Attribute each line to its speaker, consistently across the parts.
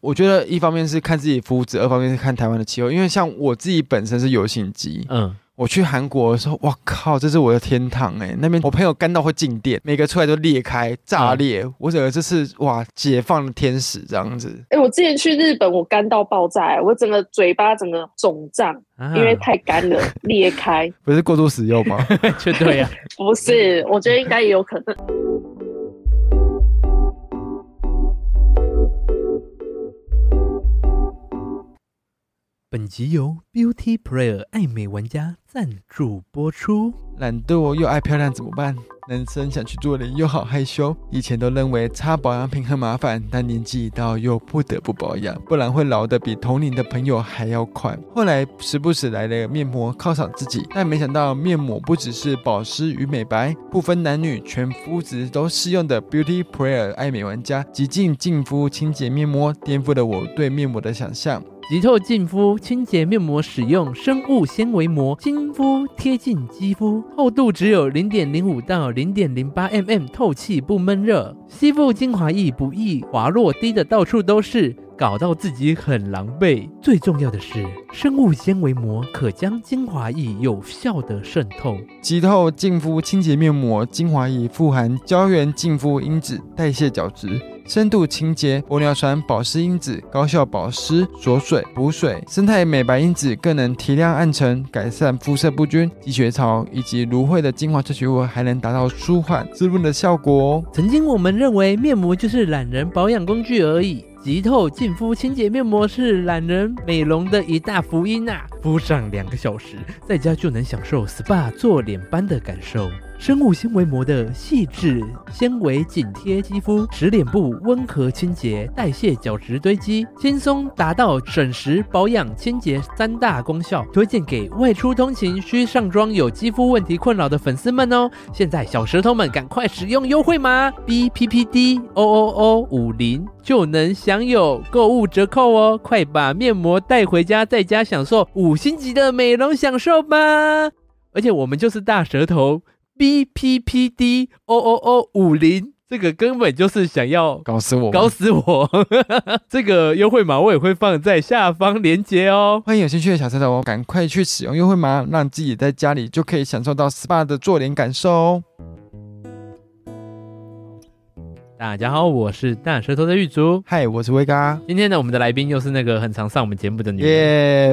Speaker 1: 我觉得一方面是看自己服务值，二方面是看台湾的气候。因为像我自己本身是游行机，
Speaker 2: 嗯，
Speaker 1: 我去韩国的时候，哇靠，这是我的天堂哎、那边我朋友干到会静电，每个出来都裂开炸裂，我整个这是哇解放的天使这样子。
Speaker 3: 哎、我之前去日本，我干到爆炸、欸我整个嘴巴整个肿胀，
Speaker 2: 啊
Speaker 3: 因为太干了，裂开。
Speaker 1: 不是过度使用吗？
Speaker 2: 就对呀、
Speaker 3: 不是，我觉得应该也有可能。
Speaker 2: 本集由 Beauty Player 爱美玩家赞助播出。
Speaker 1: 懒惰又爱漂亮怎么办？男生想去做脸又好害羞，以前都认为擦保养品很麻烦，但年纪一到又不得不保养，不然会老得比同龄的朋友还要快。后来时不时来了面膜犒赏自己，但没想到面膜不只是保湿与美白，不分男女，全肤质都适用的 Beauty Player 爱美玩家极净净肤清洁面膜，颠覆了我对面膜的想象。
Speaker 2: 极透净肤清洁面膜使用生物纤维膜，亲肤贴近肌肤，厚度只有零点零五到零点零八 mm，透气不闷热，吸附精华液不易滑落，滴的到处都是。搞到自己很狼狈。最重要的是，生物纤维膜可将精华液有效的渗透，
Speaker 1: 极透净肤清洁面膜精华液富含胶原净肤因子、代谢角质、深度清洁、玻尿酸保湿因子，高效保湿、锁水、补水、生态美白因子，更能提亮暗沉，改善肤色不均、积雪草以及芦荟的精华萃取物，还能达到舒缓滋润的效果哦。
Speaker 2: 曾经我们认为面膜就是懒人保养工具而已，极透净肤清洁面膜是懒人美容的一大福音啊呐、敷上两个小时，在家就能享受 SPA 做脸般的感受。生物纤维膜的细致纤维紧贴肌肤，使脸部温和清洁，代谢角质堆积，轻松达到省时保养清洁三大功效，推荐给外出通勤需上妆有肌肤问题困扰的粉丝们哦。现在小舌头们赶快使用优惠码 B P P D O O O 五零就能享有购物折扣哦！快把面膜带回家，在家享受五星级的美容享受吧！而且我们就是大舌头 B P P D O O O 五零，这个根本就是想要。
Speaker 1: 搞死我！
Speaker 2: 搞！死我！ 这个优惠码我也会放在下方链接哦。
Speaker 1: 欢迎有兴趣的小舌头，赶快去使用优惠码，让自己在家里就可以享受到 SPA 的做脸感受哦。
Speaker 2: 大家好，我是大舌头的玉竹。
Speaker 1: 嗨，我是威嘎。
Speaker 2: 今天呢，我们的来宾又是那个很常上我们节目的女人。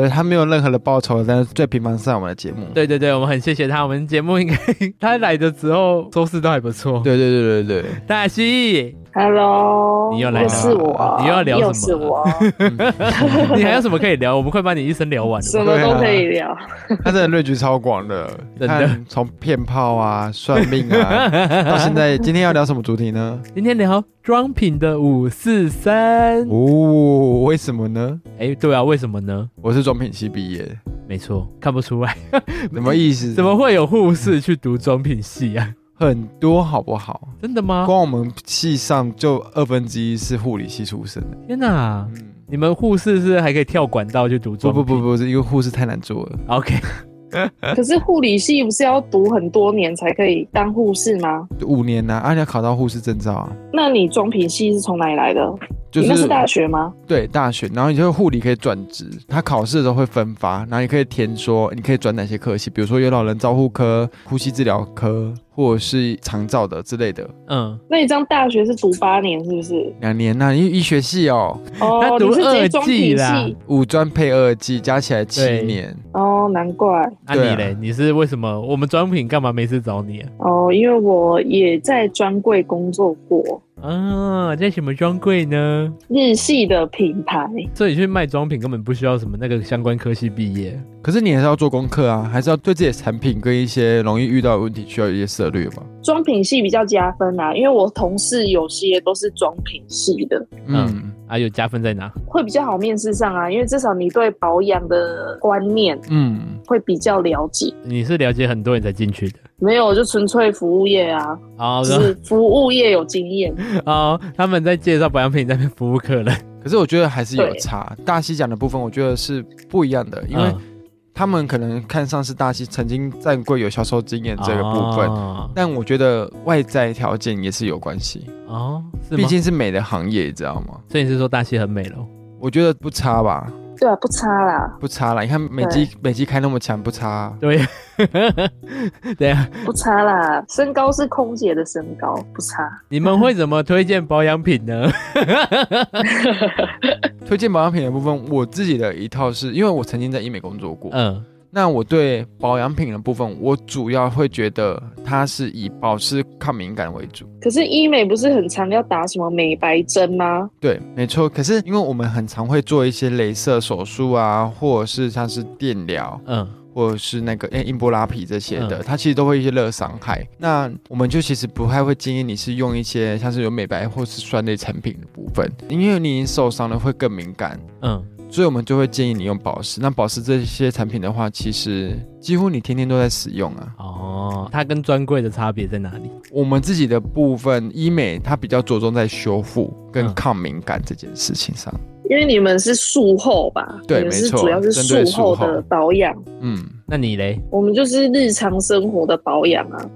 Speaker 1: 耶他没有任何的报酬，但是最频繁上我们的节目。
Speaker 2: 对对对，我们很谢谢他。我们节目应该 他来的时候收视都还不错。
Speaker 1: 对对对对对
Speaker 2: 大西，
Speaker 3: Hello，
Speaker 2: 你又来
Speaker 1: 了
Speaker 3: 又是我，啊
Speaker 2: 你又要聊
Speaker 3: 又
Speaker 2: 什
Speaker 3: 是
Speaker 2: 么
Speaker 3: 我，啊
Speaker 2: 你还有什么可以聊？我们快把你一生聊完
Speaker 3: 什
Speaker 2: 了。
Speaker 3: 么都可以
Speaker 1: 啊
Speaker 3: 聊。
Speaker 1: 他真的论据超广的，
Speaker 2: 真的
Speaker 1: 看从骗炮啊、算命 啊，到现在，今天要聊什么主题呢？
Speaker 2: 今天聊装品的五四三。
Speaker 1: 哦，为什么呢？
Speaker 2: 哎，对啊，为什么呢？
Speaker 1: 我是装品系毕业，
Speaker 2: 没错，看不出来，
Speaker 1: 什么意思？
Speaker 2: 怎么会有护士去读装品系啊？
Speaker 1: 很多好不好？
Speaker 2: 真的吗？
Speaker 1: 光我们系上就二分之一是护理系出身的。
Speaker 2: 天哪！
Speaker 1: 嗯，
Speaker 2: 你们护士是还可以跳管道去读
Speaker 1: 不
Speaker 2: 装
Speaker 1: 不
Speaker 2: 品？
Speaker 1: 不不，是因为护士太难做了。
Speaker 2: 不，OK，
Speaker 3: 可是护理系不是要读很多年才可以当护士吗？
Speaker 1: 五年呐、啊，而且要考到护士证照啊，
Speaker 3: 那你装品系是从哪里来的？
Speaker 1: 就
Speaker 3: 你那
Speaker 1: 是
Speaker 3: 是大学吗？
Speaker 1: 对大学，然后你就护理可以转职，他考试的时候会分发，然后你可以填说你可以转哪些科系，比如说有老人照护科、呼吸治疗科，或者是长照的之类的。
Speaker 2: 嗯，
Speaker 3: 那你这样大学是读八年是不是？
Speaker 1: 两年呐、因为医学系哦，
Speaker 3: 哦
Speaker 2: 他，读
Speaker 3: 你是直
Speaker 2: 二
Speaker 3: 接
Speaker 2: 技
Speaker 3: 装品
Speaker 2: 啦
Speaker 3: 系
Speaker 1: 五专配二技加起来七
Speaker 2: 对
Speaker 1: 年，
Speaker 3: 哦，难怪
Speaker 2: 啊
Speaker 1: 对啊
Speaker 2: 你嘞？你是为什么？我们装品干嘛没事找你啊？
Speaker 3: 哦，因为我也在专柜工作过，
Speaker 2: 啊，在什么专柜呢？
Speaker 3: 日系的品牌。
Speaker 2: 所以去卖装品根本不需要什么那个相关科系毕业。
Speaker 1: 可是你还是要做功课啊，还是要对自己的产品跟一些容易遇到的问题需要有一些策略嘛。
Speaker 3: 装品系比较加分啊，因为我同事有些都是装品系的，
Speaker 1: 嗯
Speaker 2: 啊，有加分在哪？
Speaker 3: 会比较好面试上啊，因为至少你对保养的观念
Speaker 1: 嗯，
Speaker 3: 会比较了解。
Speaker 2: 你是了解很多人才进去的。
Speaker 3: 没有，就纯粹服务业啊，
Speaker 2: 好
Speaker 3: 就
Speaker 2: 的，
Speaker 3: 是服务业有经验。
Speaker 2: 好，哦他们在介绍保养品在那边服务客人，
Speaker 1: 可是我觉得还是有
Speaker 3: 对
Speaker 1: 差。大西讲的部分，我觉得是不一样的，因为
Speaker 2: 嗯
Speaker 1: 他们可能看上是大西曾经站柜有销售经验这个部分。
Speaker 2: 哦
Speaker 1: 但我觉得外在条件也是有关系，
Speaker 2: 哦，是
Speaker 1: 毕
Speaker 2: 吗？
Speaker 1: 竟是美的行业，你知道吗？
Speaker 2: 所以你是说大西很美喽？
Speaker 1: 我觉得不差吧，
Speaker 3: 对啊，不差啦，
Speaker 1: 不差啦。你看美肌美肌开那么强，不差啊、
Speaker 2: 对， 对啊，
Speaker 3: 不差啦，身高是空姐的身高，不差。
Speaker 2: 你们会怎么推荐保养品呢？
Speaker 1: 推荐保养品的部分，我自己的一套是因为我曾经在医美工作过，
Speaker 2: 嗯，
Speaker 1: 那我对保养品的部分，我主要会觉得它是以保湿抗敏感为主。
Speaker 3: 可是医美不是很常要打什么美白针吗？
Speaker 1: 对，没错。可是因为我们很常会做一些镭射手术啊，或者是像是电疗，
Speaker 2: 嗯，
Speaker 1: 或者是那个诶音波拉皮这些的，
Speaker 2: 嗯
Speaker 1: 它其实都会一些热伤害。那我们就其实不太会建议你是用一些像是有美白或是酸类产品的部分，因为你已经受伤了会更敏感。
Speaker 2: 嗯，
Speaker 1: 所以我们就会建议你用保湿。那保湿这些产品的话，其实几乎你天天都在使用啊。
Speaker 2: 哦，它跟专柜的差别在哪里？
Speaker 1: 我们自己的部分医美，它比较着重在修复跟
Speaker 2: 嗯
Speaker 1: 抗敏感这件事情上。
Speaker 3: 因为你们是术后吧？
Speaker 1: 对
Speaker 3: 你们是
Speaker 1: 没错
Speaker 3: 主要是
Speaker 1: 针对
Speaker 3: 术后
Speaker 1: 术后
Speaker 3: 的保养，
Speaker 1: 嗯，
Speaker 2: 那你嘞？
Speaker 3: 我们就是日常生活的保养啊。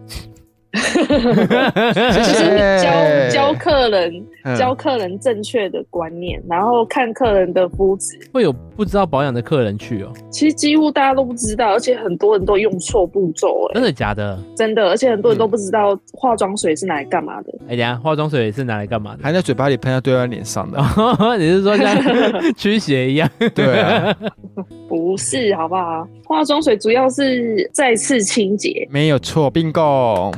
Speaker 1: 谢
Speaker 3: 就是
Speaker 1: 哎
Speaker 3: 教教客人
Speaker 1: 嗯
Speaker 3: 教客人正确的观念，然后看客人的肤质。
Speaker 2: 会有不知道保养的客人去哦，
Speaker 3: 其实几乎大家都不知道，而且很多人都用错步骤、欸，
Speaker 2: 真的假的？
Speaker 1: 嗯
Speaker 3: 真的，而且很多人都不知道化妆水是拿来干嘛的。
Speaker 2: 哎，等一下化妆水是拿来干嘛的？
Speaker 1: 含在嘴巴里喷到对方脸上的，
Speaker 2: 哦，你是说像驱邪 一样？
Speaker 1: 对啊，
Speaker 3: 不是，好不好？化妆水主要是再次清洁。
Speaker 1: 没有错，bingo。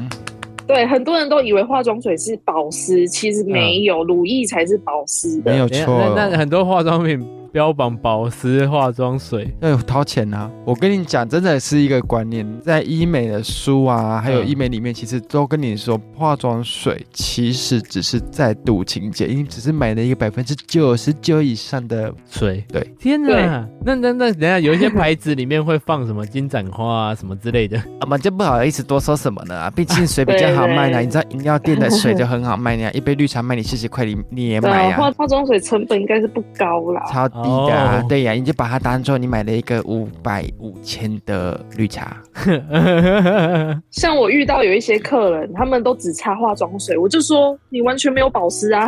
Speaker 3: 对，很多人都以为化妆水是保湿，其实没有，乳液才是保湿
Speaker 1: 嗯没
Speaker 3: 的。
Speaker 1: 有
Speaker 2: 等一下
Speaker 1: 错哦，
Speaker 2: 那那很多化妆品标榜保湿化妆水，
Speaker 1: 要有掏钱啊！我跟你讲，真的是一个观念，在医美的书啊，还有
Speaker 2: 嗯
Speaker 1: 医美里面，其实都跟你说，化妆水其实只是再度清洁，你只是买了一个百分之九十九以上的，
Speaker 2: 水
Speaker 1: 对，
Speaker 2: 天哪！那那那，等一下有一些牌子里面会放什么金盏花啊什么之类的，
Speaker 1: 我们就不好意思多说什么了啊， 毕竟水比较好卖啦、
Speaker 3: 对对
Speaker 1: 你知道饮料店的水就很好卖啊 呀、一杯绿茶卖你四十块，你你也
Speaker 3: 对
Speaker 1: 买
Speaker 3: 啊，
Speaker 1: 呀、
Speaker 3: 化化妆水成本应该是不高啦。
Speaker 1: 超低的、啊
Speaker 2: 哦
Speaker 1: 对呀、你就把它当做你买了一个五百五千的绿茶， 哦
Speaker 3: 像我遇到有一些客人，他们都只擦化妆水，我就说你完全没有保湿啊，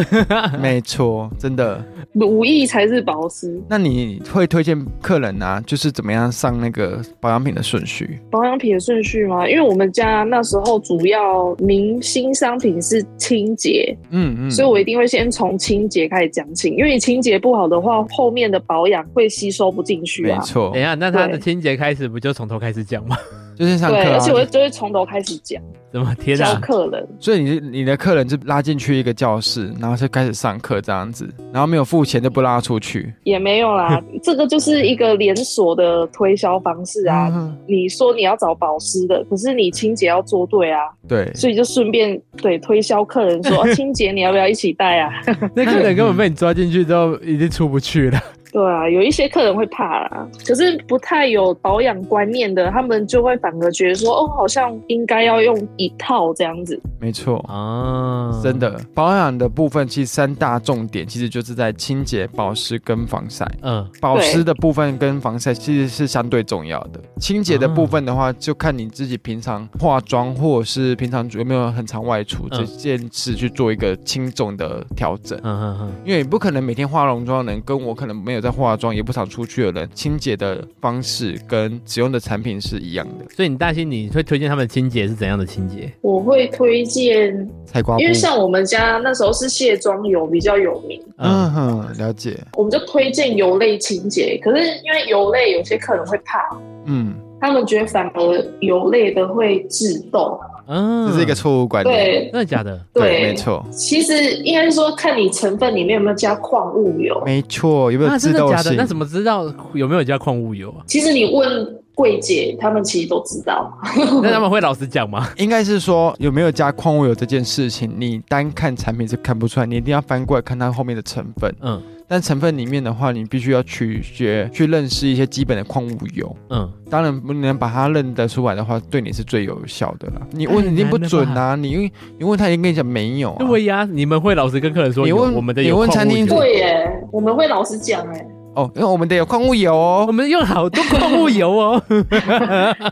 Speaker 1: 没错，真的。
Speaker 3: 乳液才是保湿。
Speaker 1: 那你会推荐客人啊，就是怎么样上那个保养品的顺序？
Speaker 3: 保养品的顺序吗？因为我们家那时候主要明星商品是清洁，
Speaker 1: 嗯嗯，
Speaker 3: 所以我一定会先从清洁开始讲起，因为你清洁不好的话，后面的保养会吸收不进去
Speaker 1: 没
Speaker 3: 啊。
Speaker 1: 错
Speaker 2: 等一，下，那它的
Speaker 3: 对
Speaker 2: 清洁开始不就从头开始讲吗？
Speaker 1: 就是上
Speaker 3: 对，
Speaker 1: 课、
Speaker 3: 而且我
Speaker 1: 啊。
Speaker 3: 就会从头开始讲，
Speaker 2: 怎么天
Speaker 3: 教
Speaker 2: 哪！
Speaker 3: 客人。
Speaker 1: 所以你你的客人就拉进去一个教室，然后就开始上课这样子，然后没有付钱就不拉出去。
Speaker 3: 也没有啦，这个就是一个连锁的推销方式啊。
Speaker 1: 嗯
Speaker 3: 你说你要找保湿的，可是你清洁要做对啊，
Speaker 1: 对，
Speaker 3: 所以就顺便对推销客人 说、啊清洁你要不要一起带啊？
Speaker 2: 那客人根本被你抓进去之后，已经出不 去了。
Speaker 3: 对啊，有一些客人会怕啦，可是不太有保养观念的，他们就会反而觉得说，哦，好像应该要用一套这样子。
Speaker 1: 没错。
Speaker 2: 啊
Speaker 1: 真，的，保养的部分其实三大重点其实就是在清洁、保湿跟防晒。
Speaker 2: 嗯，
Speaker 1: 保湿的部分跟防晒其实是相对重要的。清洁的部分的话，就看你自己平常化妆或者是平常有没有很常外出
Speaker 2: 嗯
Speaker 1: 这件事去做一个轻重的调整。
Speaker 2: 嗯嗯嗯，
Speaker 1: 因为你不可能每天化浓妆的人，跟我可能没有在化妆，也不常出去的人，清洁的方式跟使用的产品是一样的。
Speaker 2: 所以你大兴，你会推荐他们的清洁是怎样的清洁？
Speaker 3: 我会推荐，
Speaker 1: 菜瓜布
Speaker 3: 因，为像我们家那时候是卸妆油比较有名，
Speaker 2: 嗯，
Speaker 1: 嗯哼，了解，
Speaker 3: 我们就推荐油类清洁。可是因为油类有些客人会怕，
Speaker 1: 嗯，
Speaker 3: 他们觉得反而油类的会致痘。
Speaker 2: 嗯
Speaker 1: 这是一个，错误观念。
Speaker 3: 对
Speaker 2: 真的假的？
Speaker 3: 对，
Speaker 1: 没。错，
Speaker 3: 其实应该是说看你成分里面有没有加矿物油。？
Speaker 1: 没错，有没有
Speaker 2: 那
Speaker 1: 自
Speaker 2: 啊真的
Speaker 1: 动
Speaker 2: 假的？
Speaker 1: 性？
Speaker 2: 那怎么知道有没有加矿物油啊
Speaker 3: 其实你问柜姐，他们其实都知道。
Speaker 2: 那他们会老实讲吗？
Speaker 1: 应该是说有没有加矿物油这件事情，你单看产品是看不出来，你一定要翻过来看它后面的成分。
Speaker 2: 嗯
Speaker 1: 但成分里面的话，你必须要去学去认识一些基本的矿物油。
Speaker 2: 嗯，
Speaker 1: 当然，不能把它认得出来的话，对你是最有效的啦。你问
Speaker 2: 太
Speaker 1: 一定不
Speaker 2: 难了
Speaker 1: 准啊！你因为你问他，一定跟你讲没有、啊。
Speaker 2: 对呀，你们会老实跟客人说
Speaker 1: 你
Speaker 2: 有
Speaker 1: 问
Speaker 2: 我们的
Speaker 1: 你
Speaker 2: 有
Speaker 1: 问
Speaker 2: 矿
Speaker 1: 餐
Speaker 2: 物
Speaker 1: 厅
Speaker 2: 油
Speaker 1: 主
Speaker 3: 对耶，我们会老实讲哎，
Speaker 1: 哦，因为我们的有矿物油
Speaker 2: 我
Speaker 1: 哦，
Speaker 2: 们用好多矿物油哦。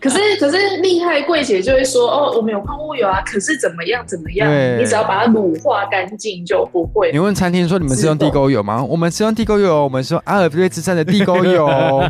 Speaker 3: 可是可是厉害柜姐就会说哦，我们有矿物油啊，可是怎么样怎么样
Speaker 1: 对，
Speaker 3: 你只要把它乳化干净就不会
Speaker 1: 你。问餐厅说你们是用地沟油吗？我们是用地沟油，我们是用阿尔卑斯山的地沟油。哦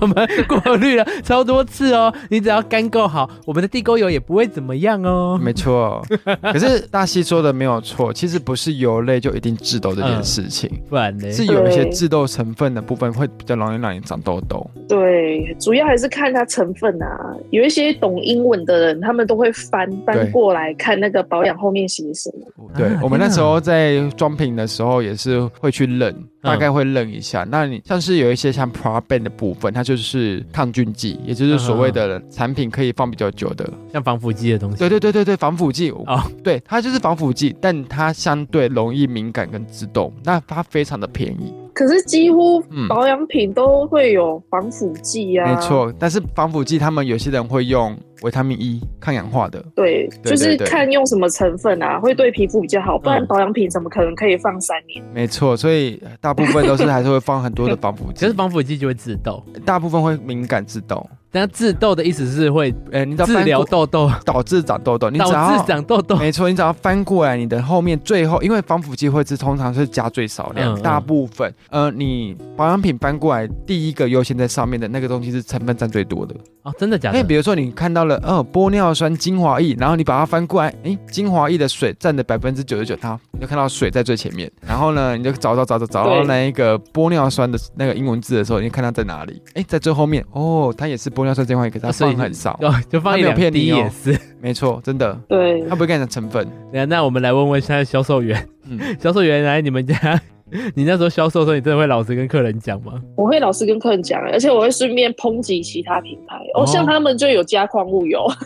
Speaker 2: 我们过滤了超多次哦，你只要干够好，我们的地沟油也不会怎么样哦。
Speaker 1: 没错，可是大西说的没有错，其实不是油类就一定致痘这件事情，
Speaker 2: 不然呢？
Speaker 1: 是有一些致痘成分的部分会比较容易让你长痘痘。
Speaker 3: 对，主要还是看它成分啊。有一些懂英文的人，他们都会翻
Speaker 1: 对
Speaker 3: 翻过来看那个保养后面写什么。
Speaker 1: 对、
Speaker 2: 啊
Speaker 1: 我们
Speaker 2: 天
Speaker 1: 那
Speaker 2: 哪
Speaker 1: 时候在装瓶的时候也是会去
Speaker 2: 嗯
Speaker 1: 认，大概会认一下。那你像是有一些像 Proben 的部分，它就是抗菌剂，也就是所谓的产品可以放比较久的。
Speaker 2: 像防腐剂的东西。
Speaker 1: 对对对对对，防腐剂
Speaker 2: 嗯哦
Speaker 1: 对，它就是防腐剂，但它相对容易敏感跟致痘，那它非常的便宜。
Speaker 3: 可是几乎
Speaker 1: 嗯
Speaker 3: 保养品都会有防腐剂啊，
Speaker 1: 没，错，但是防腐剂他们有些人会用维他命 E 抗氧化的，
Speaker 3: 对，
Speaker 1: 对
Speaker 3: 就是
Speaker 1: 对对
Speaker 3: 看用什么成分啊，会对皮肤比较好。不然
Speaker 2: 嗯
Speaker 3: 保养品怎么可能可以放三年？
Speaker 1: 没错，所以呃大部分都是还是会放很多的防腐
Speaker 2: 可
Speaker 1: 剂
Speaker 2: 是，防腐剂就会致痘，
Speaker 1: 大部分会敏感致痘。
Speaker 2: 但致痘的意思是会
Speaker 1: 呃，你只要
Speaker 2: 治
Speaker 1: 翻
Speaker 2: 疗
Speaker 1: 过
Speaker 2: 痘痘，
Speaker 1: 导致长痘痘，你
Speaker 2: 导
Speaker 1: 只
Speaker 2: 致
Speaker 1: 要
Speaker 2: 长痘痘。
Speaker 1: 没错，你只要翻过来，你的后面最后，因为防腐剂会是通常是加最少量，
Speaker 2: 嗯嗯
Speaker 1: 大部分呃，你保养品翻过来，第一个优先在上面的那个东西是成分占最多的。
Speaker 2: 哦，真的假
Speaker 1: 因为
Speaker 2: 的？
Speaker 1: 比如说你看到了哦玻尿酸精华液，然后你把它翻过来，诶，精华液的水占了百分之九十九，它你就看到水在最前面，然后呢你就找找找找找到
Speaker 3: 对
Speaker 1: 那一个玻尿酸的那个英文字的时候，你就看它在哪里，诶，在最后面哦，它也是玻尿酸精华液，可是它
Speaker 2: 啊所以
Speaker 1: 放很少，
Speaker 2: 哦，就放一两
Speaker 1: 它没有骗你
Speaker 2: 滴
Speaker 1: 哦
Speaker 2: 也是。
Speaker 1: 没错，真的，
Speaker 3: 对
Speaker 1: 它，不会跟你讲成分，
Speaker 2: 那那我们来问问现在销售员，
Speaker 1: 嗯
Speaker 2: 销售员来你们家， 你那时候销售的时候，你真的会老实跟客人讲吗？
Speaker 3: 我会老是跟客人讲，而且我会顺便抨击其他品牌。
Speaker 2: 哦
Speaker 3: 哦，像他们就有加矿物油，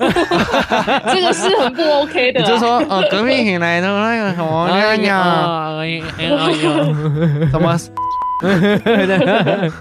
Speaker 3: 这个是很不 OK 的
Speaker 1: 你
Speaker 3: 啊、
Speaker 1: 就说呃隔壁引来的那个什么那个
Speaker 2: 哎呀，哎呀哎呀
Speaker 1: 什么，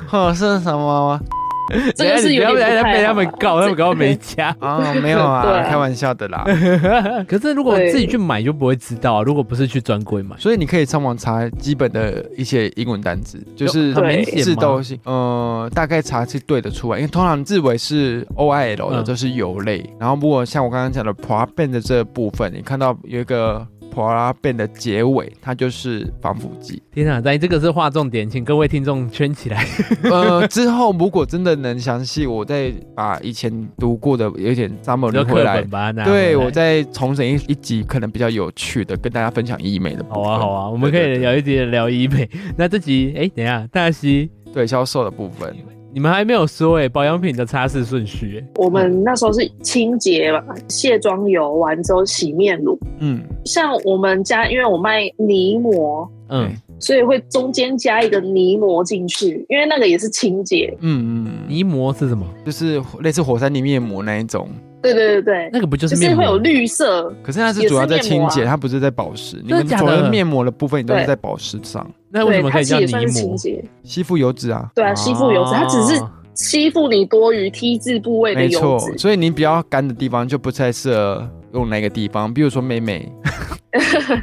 Speaker 1: 或者是什么
Speaker 3: 这个是
Speaker 2: 哎你不
Speaker 3: 有
Speaker 2: 要
Speaker 3: 点
Speaker 2: 不要
Speaker 3: 不太
Speaker 2: 被他
Speaker 3: 好
Speaker 2: 们
Speaker 3: 啊
Speaker 2: 告，他们
Speaker 3: 这
Speaker 2: 告没加。
Speaker 1: 啊没有
Speaker 3: 对
Speaker 1: 啊，
Speaker 3: 啊
Speaker 1: 开玩笑的啦，
Speaker 2: 可是如果自己去买就不会知道啊、如果不是去专柜买，
Speaker 1: 所以你可以上网查基本的一些英文单词，就是
Speaker 2: 很
Speaker 3: 对
Speaker 2: 明显吗
Speaker 1: 自动性，呃，大概查是对得出来，因为通常字尾是 O I L 的，
Speaker 2: 嗯
Speaker 1: 就是油类。然后如果像我刚刚讲的 paraben 的这部分，你看到有一个 paraben 的结尾，它就是防腐 剂。
Speaker 2: 天啊，在这个是划重点，请各位听众圈起来。
Speaker 1: 呃，之后如果真的能详细，我再把以前读过的有点 summary
Speaker 2: 有
Speaker 1: 哦回
Speaker 2: 课
Speaker 1: 来
Speaker 2: 本。把它拿回来
Speaker 1: 对，我再重整一一集，可能比较有趣的，跟大家分享医美的部分。
Speaker 2: 好啊好啊，我们可以
Speaker 1: 对对
Speaker 2: 聊一节聊医美。 那这集哎、等一下，大西，
Speaker 1: 对对销售的部分。
Speaker 2: 你们还没有说哎、保养品的擦拭顺序、哎
Speaker 3: 我们那时候是清洁嘛，卸妆油完之后洗面乳。
Speaker 1: 嗯，
Speaker 3: 像我们家，因为我卖泥膜，
Speaker 2: 嗯，
Speaker 3: 所以会中间加一个泥膜进去，因为那个也是清洁。
Speaker 1: 嗯嗯，
Speaker 2: 泥膜是什么？
Speaker 1: 就是类似火山泥面膜那一种，
Speaker 3: 对对对对，
Speaker 2: 那个不就
Speaker 3: 就是是
Speaker 2: 面膜？
Speaker 3: 会有绿色。
Speaker 1: 可是它是主要在清
Speaker 3: 也是
Speaker 1: 洁，
Speaker 3: 面膜啊
Speaker 1: 它不是在保湿。你
Speaker 2: 的
Speaker 1: 们
Speaker 2: 假
Speaker 1: 所
Speaker 2: 的
Speaker 1: 谓面膜的部分，你都是在保湿上
Speaker 2: 那为什
Speaker 3: 对，
Speaker 2: 么可
Speaker 3: 它
Speaker 2: 以
Speaker 3: 其实
Speaker 2: 叫
Speaker 3: 也
Speaker 2: 泥
Speaker 3: 算是清
Speaker 2: 膜？
Speaker 3: 洁，
Speaker 1: 吸附油脂啊。
Speaker 3: 对啊，吸附油脂，它只是
Speaker 2: 哦
Speaker 3: 吸附你多余 T 字部位的
Speaker 1: 没
Speaker 3: 油
Speaker 1: 错，
Speaker 3: 脂。
Speaker 1: 所以你比较干的地方就不太适合用那个地方，比如说妹 妹，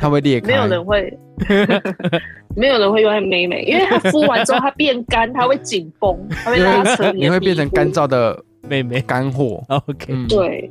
Speaker 1: 它会裂
Speaker 3: 没有
Speaker 1: 开。
Speaker 3: 人会， 没有人会用爱美美，因为它敷完之后它变干，它会紧绷，它会拉扯你的
Speaker 1: 你会变成干
Speaker 3: 皮肤。
Speaker 1: 燥的
Speaker 2: 妹妹。
Speaker 1: 干货。
Speaker 2: OK，、
Speaker 1: 嗯，
Speaker 3: 对，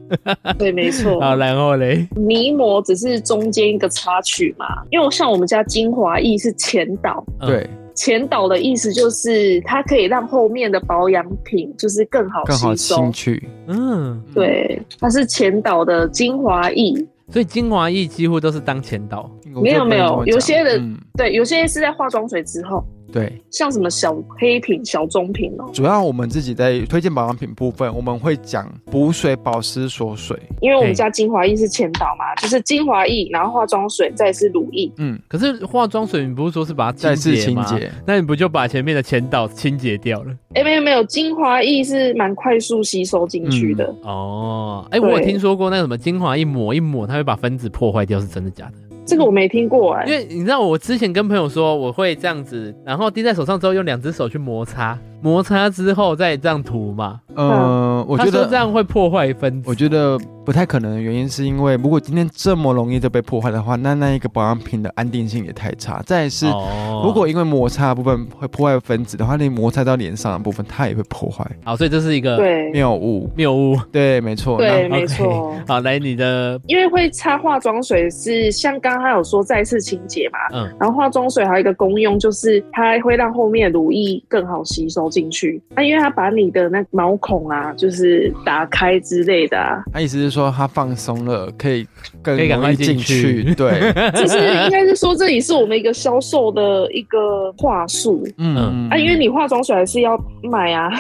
Speaker 3: 对，没错。
Speaker 2: 好，然后嘞，
Speaker 3: 泥膜只是中间一个插曲嘛，因为像我们家精华液是前导，
Speaker 2: 嗯
Speaker 1: 对，
Speaker 3: 前导的意思就是它可以让后面的保养品就是更好
Speaker 1: 更好
Speaker 3: 吸收
Speaker 1: 清。去。
Speaker 2: 嗯，
Speaker 3: 对，它是前导的精华液。
Speaker 2: 所以精华液几乎都是当前导。
Speaker 1: 我
Speaker 3: 没有
Speaker 1: 就不能
Speaker 3: 没有
Speaker 1: 这么
Speaker 3: 有
Speaker 1: 讲
Speaker 3: 些人
Speaker 1: 嗯
Speaker 3: 对，有些是在化妆水之后，
Speaker 1: 对，
Speaker 3: 像什么小黑瓶、小棕瓶哦、
Speaker 1: 主要我们自己在推荐保养品部分，我们会讲补水、保湿、锁水。
Speaker 3: 因为我
Speaker 2: 嘿
Speaker 3: 们家精华液是前导嘛，就是精华液，然后化妆水，再是乳液。
Speaker 1: 嗯，
Speaker 2: 可是化妆水你不是说是把它
Speaker 1: 再
Speaker 2: 清
Speaker 1: 次
Speaker 2: 洁
Speaker 1: 清
Speaker 2: 吗？
Speaker 1: 洁。
Speaker 2: 那你不就把前面的前导清洁掉了？
Speaker 3: 哎、没有没有，精华液是蛮快速吸收进去的。
Speaker 2: 哦，哎、
Speaker 3: 对
Speaker 2: 我有听说过那个什么精华一抹一抹，它会把分子破坏掉，是真的假的？
Speaker 3: 这个我没听过哎、
Speaker 2: 因为你知道，我之前跟朋友说我会这样子，然后滴在手上之后，用两只手去摩擦，摩擦之后再这样涂嘛。
Speaker 1: 嗯，我觉
Speaker 2: 他说
Speaker 1: 得
Speaker 2: 这样会破坏分子。
Speaker 1: 我觉得不不太可能的原因，是因为如果今天这么容易就被破坏的话，那那一个保养品的安定性也太差。再来是，
Speaker 2: 哦
Speaker 1: 如果因为摩擦的部分会破坏分子的话，那摩擦到脸上的部分它也会破坏。
Speaker 2: 哦好，所以这是一个
Speaker 3: 对
Speaker 1: 谬误，
Speaker 2: 谬误。
Speaker 1: 对，没错。
Speaker 3: 对，
Speaker 1: 那
Speaker 3: 没错。
Speaker 2: 好，来你的，
Speaker 3: 因为会擦化妆水是像刚刚他有说再次清洁嘛，
Speaker 2: 嗯，
Speaker 3: 然后化妆水还有一个功用就是它会让后面的乳液更好吸收进去。那、因为它把你的那毛孔啊，就是打开之类 的啊，
Speaker 1: 他意思是说它放松了，可以更
Speaker 2: 可以赶
Speaker 1: 容
Speaker 2: 快
Speaker 1: 易
Speaker 2: 进
Speaker 1: 进
Speaker 2: 去 嗯
Speaker 1: 去。对，嗯
Speaker 3: 就是应该是说这也是我们一个销售的一个话术。
Speaker 1: 嗯，
Speaker 3: 啊，因为你化妆水还是要买啊，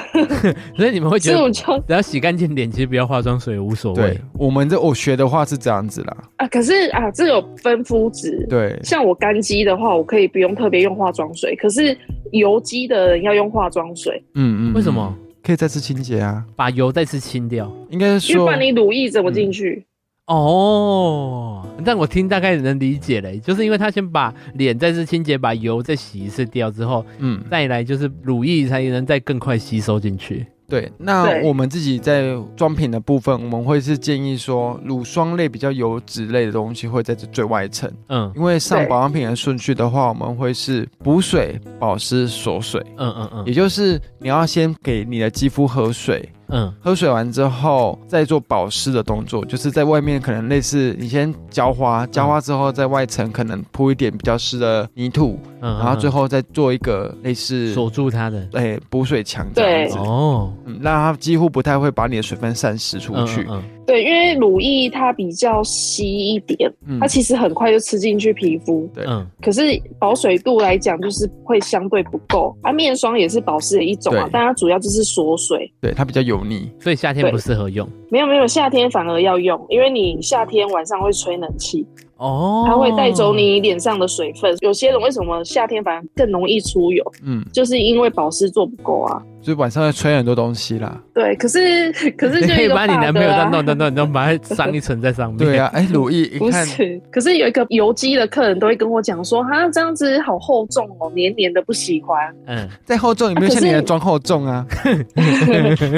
Speaker 2: 所以你们会觉
Speaker 3: 所以
Speaker 2: 得
Speaker 3: 我就
Speaker 2: 只要洗干净脸，其实不要化妆水无所
Speaker 1: 对
Speaker 2: 谓。
Speaker 1: 我们这我学的话是这样子啦，
Speaker 3: 啊，可是啊，这有分肤质，
Speaker 1: 对，
Speaker 3: 像我干肌的话，我可以不用特别用化妆水，可是油肌的人要用化妆水，
Speaker 1: 嗯嗯，
Speaker 2: 为什么？
Speaker 1: 可以再次清洁啊？
Speaker 2: 把油再次清掉？
Speaker 1: 应该是
Speaker 3: 因
Speaker 1: 说
Speaker 3: 为不，然你乳液怎么进去？
Speaker 2: 哦，但我听大概能理解嘞，就是因为他先把脸再次清洁，把油再洗一次掉之后，
Speaker 1: 嗯，
Speaker 2: 再来就是乳液才能再更快吸收进去。
Speaker 1: 对。那
Speaker 3: 对
Speaker 1: 我们自己在妆品的部分，我们会是建议说，乳霜类比较油脂类的东西会在这最外层，
Speaker 2: 嗯
Speaker 1: 因为上
Speaker 3: 对
Speaker 1: 保养品的顺序的话，我们会是补水、保湿、锁水，
Speaker 2: 嗯嗯
Speaker 1: 也
Speaker 2: 嗯
Speaker 1: 就是你要先给你的肌肤喝水，
Speaker 2: 嗯，
Speaker 1: 喝水完之后再做保湿的动作，就是在外面可能类似你先浇花，浇花之后在外层可能铺一点比较湿的泥土，
Speaker 2: 嗯
Speaker 1: 然后最
Speaker 2: 后
Speaker 1: 后再做一个类似
Speaker 2: 锁住它的。
Speaker 1: 哎补水墙这样子，
Speaker 2: 哦，
Speaker 1: 嗯，让它几乎不太会把你的水分散失出
Speaker 2: 嗯
Speaker 1: 去。
Speaker 2: 嗯
Speaker 3: 对，因为乳液它比较稀一点，
Speaker 1: 嗯
Speaker 3: 它其实很快就吃进去皮肤，
Speaker 1: 对
Speaker 2: 嗯
Speaker 3: 可是保水度来讲就是会相对不够。啊，面霜也是保湿的一种啊
Speaker 1: 对，
Speaker 3: 但它主要就是锁水。
Speaker 1: 对，它比较油腻。
Speaker 2: 嗯，所以夏天
Speaker 3: 对
Speaker 2: 不适合用
Speaker 3: 没有没有，夏天反而要用，因为你夏天晚上会吹冷气，
Speaker 2: 哦，
Speaker 3: 它会带走你脸上的水分。有些人为什么夏天反而更容易出油，
Speaker 1: 嗯，
Speaker 3: 就是因为保湿做不够啊。
Speaker 1: 就是晚上会吹很多东西啦。
Speaker 3: 对，可是可是
Speaker 2: 你
Speaker 3: 就
Speaker 2: 可以
Speaker 3: 有一个
Speaker 2: 把你
Speaker 3: bug
Speaker 2: 男朋友
Speaker 3: 啊
Speaker 2: 再弄弄弄弄，把它上一层在上面。
Speaker 1: 对啊，， 哎，乳液一
Speaker 3: 不
Speaker 1: 看，
Speaker 3: 是，可是有一个油肌的客人都会跟我讲说，哈，这样子好厚重哦，黏黏的不喜 欢。
Speaker 2: 嗯，
Speaker 1: 在厚重里面
Speaker 3: 啊可
Speaker 1: 像你的
Speaker 3: 是
Speaker 1: 妆厚重啊。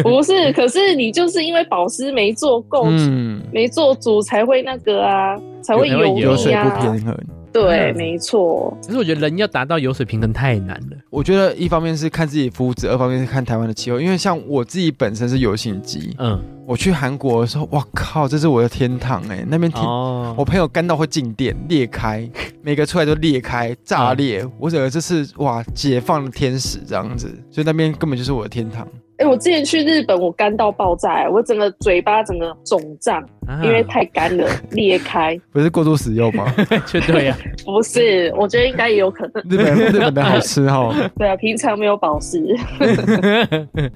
Speaker 3: 不是，可是你就是因为保湿没做够，
Speaker 1: 嗯，
Speaker 3: 没做足才会那个啊，才会
Speaker 2: 有才会
Speaker 3: 腻
Speaker 1: 油水不
Speaker 3: 啊。
Speaker 1: 平衡。
Speaker 3: 对，
Speaker 2: 嗯
Speaker 3: 没错，
Speaker 2: 可是我觉得人要达到油水平衡太难了。
Speaker 1: 我觉得一方面是看自己肤质，二方面是看台湾的气候。因为像我自己本身是油性肌，
Speaker 2: 嗯，
Speaker 1: 我去韩国的时候，哇靠，这是我的天堂哎、那边天。
Speaker 2: 哦，
Speaker 1: 我朋友干到会静电裂 开，每个出来都裂开炸裂，
Speaker 2: 嗯
Speaker 1: 我整个这是哇解放的天使这样子，所以那边根本就是我的天堂。
Speaker 3: 哎、我之前去日本，我干到爆炸、欸我整个嘴巴整个肿胀，
Speaker 2: 啊
Speaker 1: 嗯
Speaker 3: 因为 太干了，裂开。
Speaker 1: 不是过度使用吗？
Speaker 2: 绝对 啊，
Speaker 3: 不是，我觉得应该也有可 能。
Speaker 1: 日本日本的好吃哦，
Speaker 3: 对啊，平常没有保湿，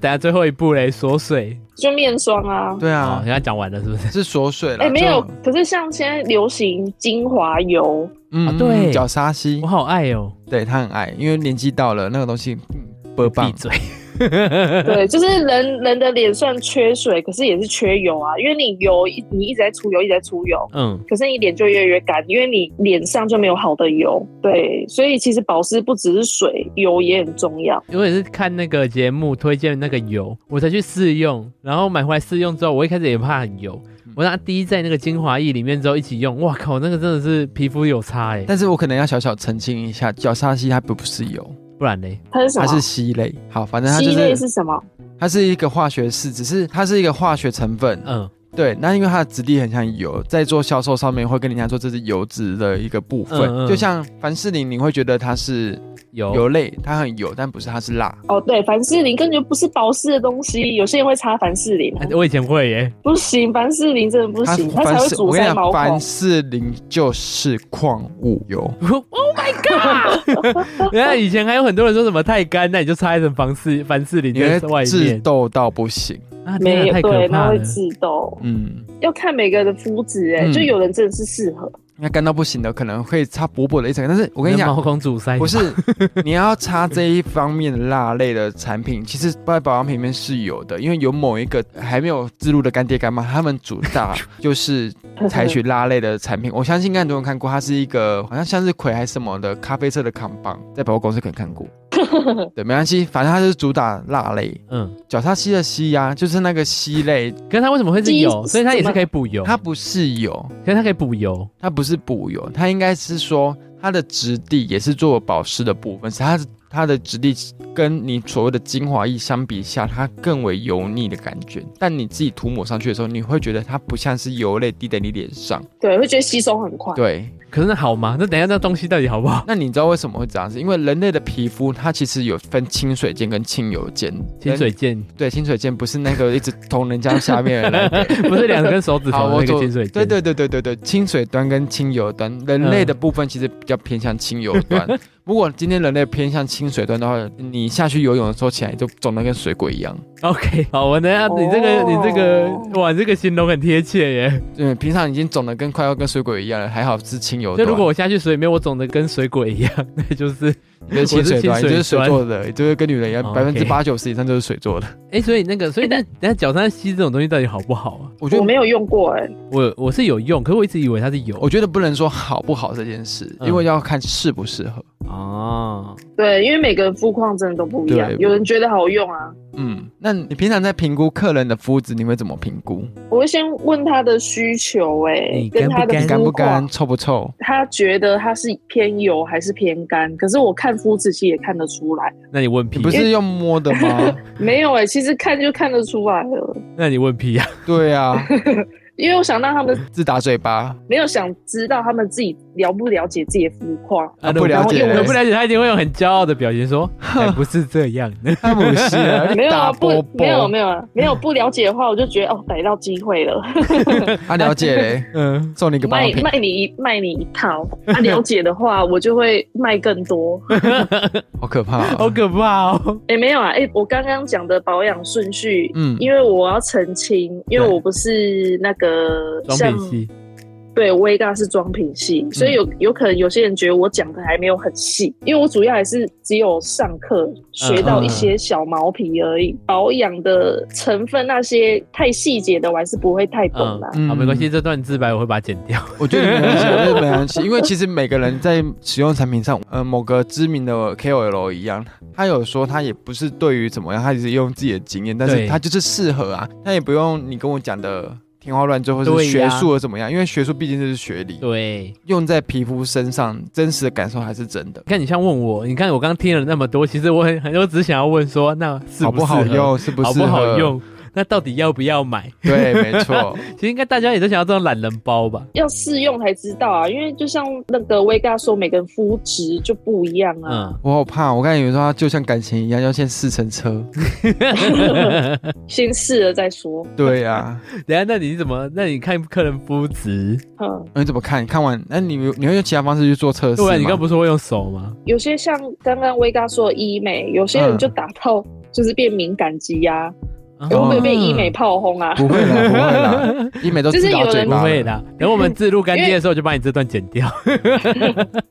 Speaker 2: 等下最后一步嘞，锁水。
Speaker 3: 就面霜啊。
Speaker 1: 对
Speaker 2: 好，
Speaker 1: 啊
Speaker 2: 人，家讲完了是不是？
Speaker 1: 是锁水啦。
Speaker 3: 哎、没有
Speaker 1: 啊
Speaker 2: 啊
Speaker 1: 就，
Speaker 3: 可是像现在流行精华油，
Speaker 1: 嗯，
Speaker 2: 啊对
Speaker 1: 角鲨烯
Speaker 2: 我，好爱哦，
Speaker 1: 对他很爱，因为年纪到了，那个东西嗯，倍
Speaker 2: 闭
Speaker 1: 棒，
Speaker 2: 嘴。
Speaker 3: 对，就是人人的脸算缺水，可是也是缺油啊，因为你油一你一直在出油，一直在出油，
Speaker 2: 嗯，
Speaker 3: 可是你脸就越来越干，因为你脸上就没有好的油。对，所以其实保湿不只是水，油也很重要。
Speaker 2: 我也是看那个节目推荐那个油，我才去试用，然后买回来试用之后，我一开始也怕很油，
Speaker 1: 嗯
Speaker 2: 我让它滴在那个精华液里面之后一起用，哇靠，那个真的是皮肤有差哎、
Speaker 1: 但是我可能要小小澄清一下，角鲨烯它不不是油，
Speaker 2: 不然嘞，
Speaker 3: 它是什
Speaker 1: 它
Speaker 3: 么？
Speaker 1: 是烯类。好，反正它就
Speaker 3: 烯类
Speaker 1: 是
Speaker 3: 是什么？
Speaker 1: 它是一个化学式，只是它是一个化学成分。
Speaker 2: 嗯
Speaker 1: 对，那因为它的质地很像油，在做销售上面会跟人家说这是油脂的一个部分。
Speaker 2: 嗯嗯
Speaker 1: 就像凡士林，你会觉得它是
Speaker 2: 油
Speaker 1: 油类，它很油，但不是它是辣。
Speaker 3: 哦，对，凡士林根本就不是保湿的东西，有些人会擦凡士林啊、
Speaker 2: 哎我以前会耶、
Speaker 3: 不行，凡士林真的不行，它才
Speaker 1: 凡
Speaker 3: 会
Speaker 1: 士，
Speaker 3: 阻
Speaker 1: 我跟你
Speaker 3: 塞毛
Speaker 1: 讲，
Speaker 3: 孔
Speaker 1: 凡。士林就是矿物油。
Speaker 2: Oh my god！原来以前还有很多人说什么太干，那你就擦一层凡士凡士林
Speaker 1: 你
Speaker 2: 在外
Speaker 1: 会致
Speaker 2: 面
Speaker 1: 痘到不行，
Speaker 2: 啊，天
Speaker 3: 没
Speaker 2: 啊
Speaker 3: 有
Speaker 2: 太
Speaker 3: 对，
Speaker 2: 可怕
Speaker 3: 那
Speaker 2: 了
Speaker 3: 会。致痘，
Speaker 1: 嗯，
Speaker 3: 要看每个人的肤质哎，
Speaker 1: 嗯
Speaker 3: 就有人真的是适合，
Speaker 1: 那干到不行的可能会擦薄薄的一层，但是我
Speaker 2: 我
Speaker 1: 跟你讲，
Speaker 2: 毛孔阻塞
Speaker 1: 不是，你要擦这一方面的蜡类的产品，其实在保养品里面是有的，因为有某一个还没有自入的干爹干妈，他们主 打就是采取蜡类的产品。我相 信应该很多人看过，它是一个好像向日葵还是什么的咖啡色的扛棒，在百货公司可能看过。对，没关系，反正它就是主打辣类，
Speaker 2: 嗯，
Speaker 1: 角鲨烯的烯呀、就是那个烯类，
Speaker 2: 可是它为什么会是
Speaker 3: 鸡
Speaker 2: 油？所以它也
Speaker 3: 怎
Speaker 2: 是
Speaker 3: 么
Speaker 2: 可以补油，
Speaker 1: 它不是油，
Speaker 2: 可是它可以补油，
Speaker 1: 它不是补油，它应该是说它的质地也是做保湿的部分，是它它的质地跟你所谓的精华液相比下，它更为油腻的感觉。但你自己涂抹上去的时候，你会觉得它不像是油类滴在你脸上。
Speaker 3: 对，会觉得吸收很快。
Speaker 1: 对，
Speaker 2: 可是那好吗？那等一下那东西到底好不好？
Speaker 1: 那你知道为什么会这样子？因为人类的皮肤它其实有分亲水肌跟亲油肌，
Speaker 2: 清水剑
Speaker 1: 对清水肌不是那个一直捅人家下面的人
Speaker 2: 不是两根手指头
Speaker 1: 好，
Speaker 2: 的
Speaker 1: 我
Speaker 2: 那个
Speaker 1: 做
Speaker 2: 清水剑，
Speaker 1: 对对对对对对，清水端跟清油端，人类
Speaker 2: 嗯
Speaker 1: 的部分其实比较偏向清油 端。如果今天人类偏向清水端的话，你下去游泳的时候起来就肿得跟水鬼一样。
Speaker 2: OK，好，我等一下你这
Speaker 1: 哦
Speaker 2: 个、你这个哇，你这个形容很贴切耶。
Speaker 1: 嗯，平常已经肿得跟快要跟水鬼一样了，还好是清油
Speaker 2: 就
Speaker 1: 端。
Speaker 2: 如果我下去水里面，我肿得跟水鬼一样， 那 就是
Speaker 1: 你是清水端，
Speaker 2: 我是
Speaker 1: 你就是
Speaker 2: 清水端
Speaker 1: 水做的，你就是跟女人一样，
Speaker 2: 哦
Speaker 1: 百分之
Speaker 2: OK
Speaker 1: 八九十以上就是水做的。
Speaker 2: 哎、所以那个，所以那等一下角鲨烯这种东西到底好不好啊？
Speaker 1: 我觉
Speaker 3: 我
Speaker 1: 得
Speaker 3: 没有用过哎、
Speaker 2: 我我是有用，可是我一直以为它是有
Speaker 1: 我觉得不能说好不好这件事，
Speaker 2: 嗯
Speaker 1: 因为要看适不适合。哦
Speaker 2: 啊。
Speaker 3: 对，因为每个人肤况真的都不一样
Speaker 1: 对，
Speaker 3: 有人觉得好用啊，
Speaker 1: 嗯，那你平常在评估客人的肤质，你会怎么评估？
Speaker 3: 我会先问他的需求、
Speaker 2: 你
Speaker 3: 哎，跟
Speaker 2: 干
Speaker 3: 他
Speaker 2: 不
Speaker 3: 的
Speaker 2: 干
Speaker 1: 干
Speaker 3: 肤
Speaker 1: 不
Speaker 3: 况
Speaker 1: 干，，臭不臭？
Speaker 3: 他觉得他是偏油还是偏干，可是我看肤质其实也看得出来，
Speaker 2: 那你问
Speaker 1: 你
Speaker 2: 屁，啊
Speaker 1: 不是用摸的吗？
Speaker 3: 没有哎、其实看就看得出来了，
Speaker 2: 那你问屁呀、
Speaker 1: 对啊，
Speaker 3: 因为我想让他们
Speaker 1: 自打嘴 巴。
Speaker 3: 没有想知道他们自己了不了解自己的肤 况，
Speaker 2: 啊？
Speaker 1: 不了解
Speaker 2: 我
Speaker 1: 嘞
Speaker 2: 不了解，他一定会用很骄傲的表情说：“哎不是这样 的。
Speaker 1: 他不是啊
Speaker 3: 没有啊，
Speaker 1: 打
Speaker 3: 不
Speaker 1: 波
Speaker 3: 没有
Speaker 1: 波，
Speaker 3: 没有啊没有不了解的话，我就觉得哦逮到机会了，
Speaker 1: 他啊了解嘞，”
Speaker 2: 嗯，
Speaker 1: 送你一个保
Speaker 3: 卖
Speaker 1: 养品。
Speaker 3: 卖你一卖你一套， 啊了解的话我就会卖更多。
Speaker 1: 好可怕啊、
Speaker 2: 好可怕 哦。
Speaker 3: 哎、没有啊，哎、我刚刚讲的保养顺序，
Speaker 1: 嗯
Speaker 3: 因为我要澄清，因为
Speaker 1: 对
Speaker 3: 我不是那个
Speaker 2: 装
Speaker 3: 像
Speaker 2: 品系，嗯
Speaker 3: 对 Vega 是妆品系，所以有有可能有些人觉得我讲的还没有很细，因为我主要还是只有上课
Speaker 2: 嗯
Speaker 3: 学到一些小毛皮而已，保养的成分那些太细节的我还是不会太懂
Speaker 2: 嗯
Speaker 3: 啦。，
Speaker 2: 好，
Speaker 1: 嗯
Speaker 2: 没关系，这段自白我会把它剪掉。
Speaker 1: 我觉得没关系，啊我觉得没关系，因为其实每个人在使用产品上，呃，某个知名的 KOL 一样，啊他有说他也不是对于怎么样，他只是用自己的经验，但
Speaker 2: 对
Speaker 1: 是他就是适合啊，他也不用你跟我讲的天花乱坠或
Speaker 2: 对
Speaker 1: 是
Speaker 2: 呀
Speaker 1: 学术的怎么样，因为学术毕竟就是学理，
Speaker 2: 对，
Speaker 1: 用在皮肤身上，真实的感受还是真的
Speaker 2: 你。看你像问我，你看我刚听了那么多，其实我很很多只想要问说，那适
Speaker 1: 好
Speaker 2: 不
Speaker 1: 不好
Speaker 2: 适合，
Speaker 1: 用？是不
Speaker 2: 好
Speaker 1: 是
Speaker 2: 不好？用？那到底要不要买？
Speaker 1: 对，没错。
Speaker 2: 其实应该大家也都想要这种懒人包吧？
Speaker 3: 要试用才知道啊，因为就像那个 Vega 说，每个人肤质就不一样啊。
Speaker 2: 嗯，
Speaker 1: 我好怕，我刚才以为说他就像感情一样，要先试乘车。
Speaker 2: 嗯
Speaker 3: 先试了再说。
Speaker 1: 对啊 呀、
Speaker 2: 等一下，那你怎么？那你看客人肤质，
Speaker 3: 嗯，
Speaker 1: 那你怎么看？看完，那你你会用其他方式去做测试
Speaker 2: 对啊，你刚
Speaker 1: 吗？
Speaker 2: 不是会用手吗？
Speaker 3: 有些像刚刚威刚说的医美，有些人就打到就是变敏感肌呀、
Speaker 2: 啊
Speaker 3: 啊，会不会被医美炮轰啊？
Speaker 1: 不会啦，哦不会 啦，医美都知道嘴
Speaker 2: 不
Speaker 1: 巴
Speaker 2: 会
Speaker 1: 了。
Speaker 2: 的，等我们自录干爹的时候就把你这段剪掉。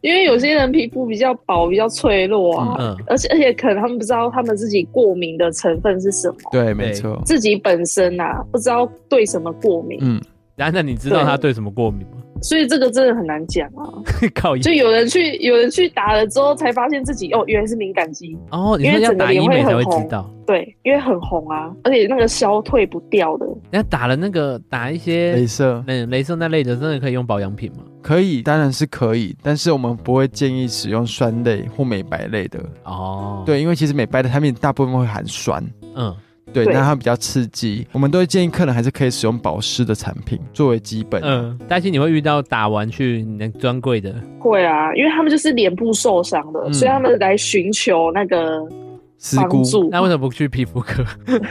Speaker 3: 因为有些人皮肤比较薄，比较脆弱啊，
Speaker 2: 嗯，
Speaker 3: 而且而且可能他们不知道他们自己过敏的成分是什么，
Speaker 1: 对，没错。
Speaker 3: 自己本身啊不知道对什么过敏，
Speaker 1: 嗯，
Speaker 2: 然后那你知道他对什么过敏吗？
Speaker 3: 所以这个真的很难讲啊。
Speaker 2: 靠腰
Speaker 3: 就有人去有人去打了之后，才发现自己哦原来是敏感肌，
Speaker 2: 哦，你说要打医美才会知道。
Speaker 3: 对，因为很红啊，而且那个消退不掉的。
Speaker 2: 人家打了那个打一些
Speaker 1: 镭射
Speaker 2: 嗯镭射那类的，真的可以用保养品吗？
Speaker 1: 可以，当然是可以，但是我们不会建议使用酸类或美白类的。
Speaker 2: 哦，，
Speaker 1: 对，因为其实美白的产品大部分会含酸，
Speaker 2: 嗯，
Speaker 1: 对，
Speaker 3: 对
Speaker 1: 那它比较刺激。我们都会建议客人还是可以使用保湿的产品作为基本。嗯，
Speaker 2: 嗯，担心你会遇到打完去你那专柜的，
Speaker 3: 会啊，因为他们就是脸部受伤的，
Speaker 1: 嗯
Speaker 3: 所以他们来寻求那个
Speaker 1: 丝
Speaker 3: 帮
Speaker 1: 菇
Speaker 3: 助。
Speaker 2: 那为什么不去皮肤科、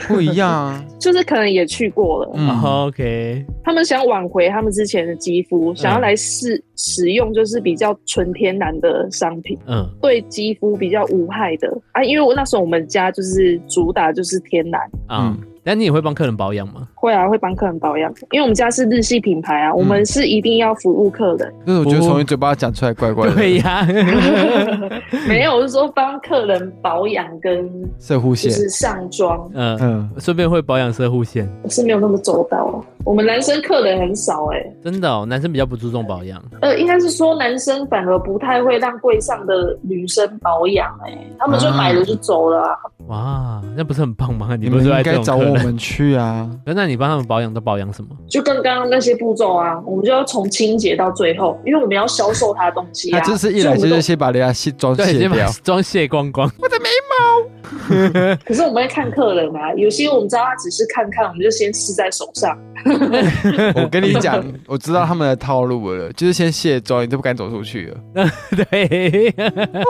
Speaker 1: 不一样啊。
Speaker 3: 就是可能也去过了，
Speaker 1: 嗯
Speaker 2: o k
Speaker 3: 他们想挽回他们之前的肌肤，想要来试使用就是比较纯天然的商品，
Speaker 2: 嗯，
Speaker 3: 对肌肤比较无害的啊。因为我那时候我们家就是主打就是天然，
Speaker 2: 啊、
Speaker 1: 嗯
Speaker 2: 等但你也会帮客人保养吗？
Speaker 3: 会啊，会帮客人保养，因为我们家是日系品牌
Speaker 1: 嗯
Speaker 3: 啊，我们是一定要服务客 人，
Speaker 1: 但是我觉得从你嘴巴讲出来怪怪的。
Speaker 2: 对 呀、
Speaker 3: 没有，我是说帮客人保养跟
Speaker 1: 射护
Speaker 3: 就
Speaker 1: 线，
Speaker 3: 是上妆
Speaker 2: 嗯、
Speaker 1: 嗯，
Speaker 2: 顺便会保养射护线，
Speaker 3: 是没有那么周到啊。我们男生客人很少哎、
Speaker 2: 真的哦，男生比较不注重保养。
Speaker 3: 呃，应该是说男生反而不太会让柜上的女生保养哎、他们就买了就走了、啊。
Speaker 2: 哇，那不是很棒吗？
Speaker 1: 你
Speaker 2: 不
Speaker 1: 们
Speaker 2: 是
Speaker 1: 应
Speaker 2: 爱这
Speaker 1: 该
Speaker 2: 种
Speaker 1: 找
Speaker 2: 客
Speaker 1: 我
Speaker 2: 人？
Speaker 1: 们去 啊。
Speaker 2: 可是那你帮他们保养都保养什么？
Speaker 3: 就跟刚刚那些步骤啊，我们就要从清洁到最后，因为我们要销售他的东西
Speaker 1: 他
Speaker 3: 啊。
Speaker 1: 这次一
Speaker 3: 所以
Speaker 1: 来
Speaker 3: 我们
Speaker 1: 就
Speaker 3: 都
Speaker 1: 是先把人家卸妆
Speaker 2: 对，
Speaker 1: 卸
Speaker 2: 先把
Speaker 1: 掉，
Speaker 2: 妆卸光光。
Speaker 3: 可是我们会看客人啊，有些我们知道他只是看看，我们就先试在手上。
Speaker 1: 我跟你 讲，我知道他们的套路了，就是先卸妆，你都不敢走出去了，
Speaker 2: 对，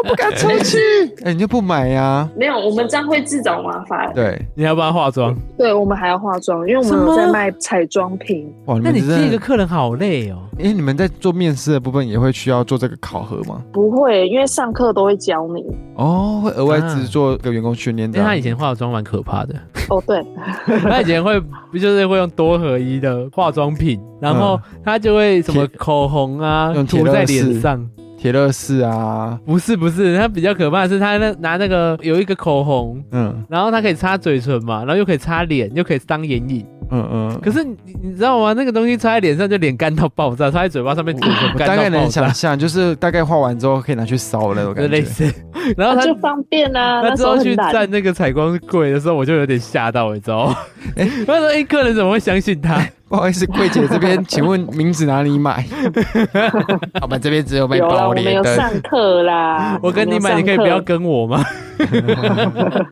Speaker 1: 不敢出去， 哎，你就不买呀？
Speaker 3: 没有，我们这样会自找麻烦。
Speaker 1: 对，
Speaker 2: 你要帮他化妆。
Speaker 3: 对，我们还要化妆，因为我
Speaker 2: 什
Speaker 3: 们
Speaker 2: 么
Speaker 3: 有在卖彩妆品。
Speaker 1: 哇，你
Speaker 2: 那
Speaker 1: 们
Speaker 2: 你接一
Speaker 1: 真
Speaker 2: 个
Speaker 1: 的，
Speaker 2: 客人好累哦。
Speaker 1: 哎，你们在做面试的部分也会需要做这个考核吗？
Speaker 3: 不会，因为上课都会教你。
Speaker 1: 哦，会额外
Speaker 2: 啊
Speaker 1: 制作给员工训练啊
Speaker 2: 因
Speaker 1: 这
Speaker 2: 为他以
Speaker 1: 样。
Speaker 2: 前化妆蛮可怕的，
Speaker 3: 哦，对，
Speaker 2: 他以前会不就是会用多合一的化妆品，然后他就会什么口红啊
Speaker 1: 嗯用铁
Speaker 2: 涂在
Speaker 1: 乐士
Speaker 2: 脸上。
Speaker 1: 铁乐士啊，
Speaker 2: 不是不是，他比较可怕的是他那拿那个有一个口红，
Speaker 1: 嗯
Speaker 2: 然后它可以擦嘴唇嘛，然后又可以擦脸，又可以当眼影。
Speaker 1: 嗯嗯，
Speaker 2: 可是你你知道吗？那个东西擦在脸上就脸干到爆炸，擦在嘴巴上面嘴唇
Speaker 1: 我
Speaker 2: 干
Speaker 1: 大概
Speaker 2: 到爆
Speaker 1: 能
Speaker 2: 炸
Speaker 1: 想，象，就是大概画完之后可以拿去烧的那种
Speaker 2: 就
Speaker 1: 感
Speaker 2: 类
Speaker 1: 觉。
Speaker 2: 似。然后
Speaker 3: 那
Speaker 2: 他
Speaker 3: 就方便啊。
Speaker 2: 他
Speaker 3: 那
Speaker 2: 之
Speaker 3: 时候
Speaker 2: 后去
Speaker 3: 很懒。
Speaker 2: 站那个采光柜的时候，我就有点吓到，你知 道吗？他说：“哎，客人怎么会相信他？。
Speaker 1: 不好意思，柜姐这边，请问名字哪里买？我们这边只有卖
Speaker 3: 有啦，
Speaker 1: 包
Speaker 3: 我们
Speaker 1: 脸
Speaker 3: 有
Speaker 1: 的。
Speaker 3: 上课啦
Speaker 2: 我跟你 买，你可以不要跟我吗？
Speaker 3: 我们有上课。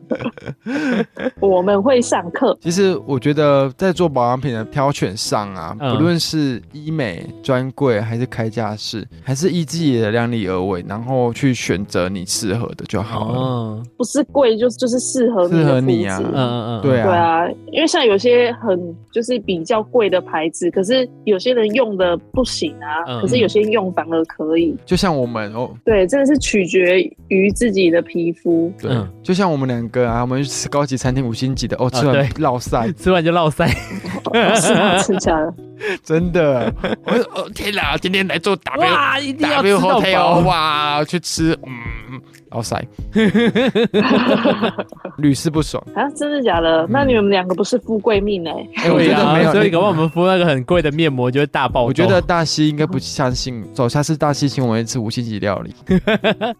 Speaker 3: 我们会上课，
Speaker 1: 其实我觉得在做保养品的挑选上啊，
Speaker 2: 嗯
Speaker 1: 不论是医美专柜还是开架式，还是依自己的量力而为，然后去选择你适合的就好了。
Speaker 2: 哦，
Speaker 3: 不是贵就是就是适合你
Speaker 1: 适合
Speaker 3: 的肤
Speaker 1: 你啊
Speaker 3: 质
Speaker 2: 嗯嗯嗯，
Speaker 1: 对
Speaker 3: 对
Speaker 1: 啊，
Speaker 3: 啊，因为像有些很就是比较贵的牌子，可是有些人用的不行啊，
Speaker 2: 嗯
Speaker 3: 可是有些用反而可以。
Speaker 1: 就像我们哦，
Speaker 3: 对，真的是取决于自己的皮 肤。
Speaker 1: 对
Speaker 2: 嗯，
Speaker 1: 就像我们两个啊，我们去吃高级餐厅五星级的哦，吃
Speaker 2: 对
Speaker 1: 完落晒，
Speaker 2: 吃完就落腮。
Speaker 3: 啊是吗？真假的？
Speaker 1: 真的。我说哦天哪，今天来做 W
Speaker 2: 哇，一定要吃
Speaker 1: W
Speaker 2: 到
Speaker 1: hotel
Speaker 2: 饱。
Speaker 1: 哇，去吃嗯，落晒， 屡试不 爽。
Speaker 3: 啊，真的假
Speaker 2: 嗯
Speaker 3: 的？那你们两个不是富贵命哎、
Speaker 1: 哎，我
Speaker 2: 对
Speaker 1: 觉得没
Speaker 2: 呀，
Speaker 1: 有，
Speaker 2: 所以搞不好我们敷那个很贵的面膜就会大爆痘。嗯
Speaker 1: 我觉得大西应该不相信，走下次大西请我们吃五星级 料理。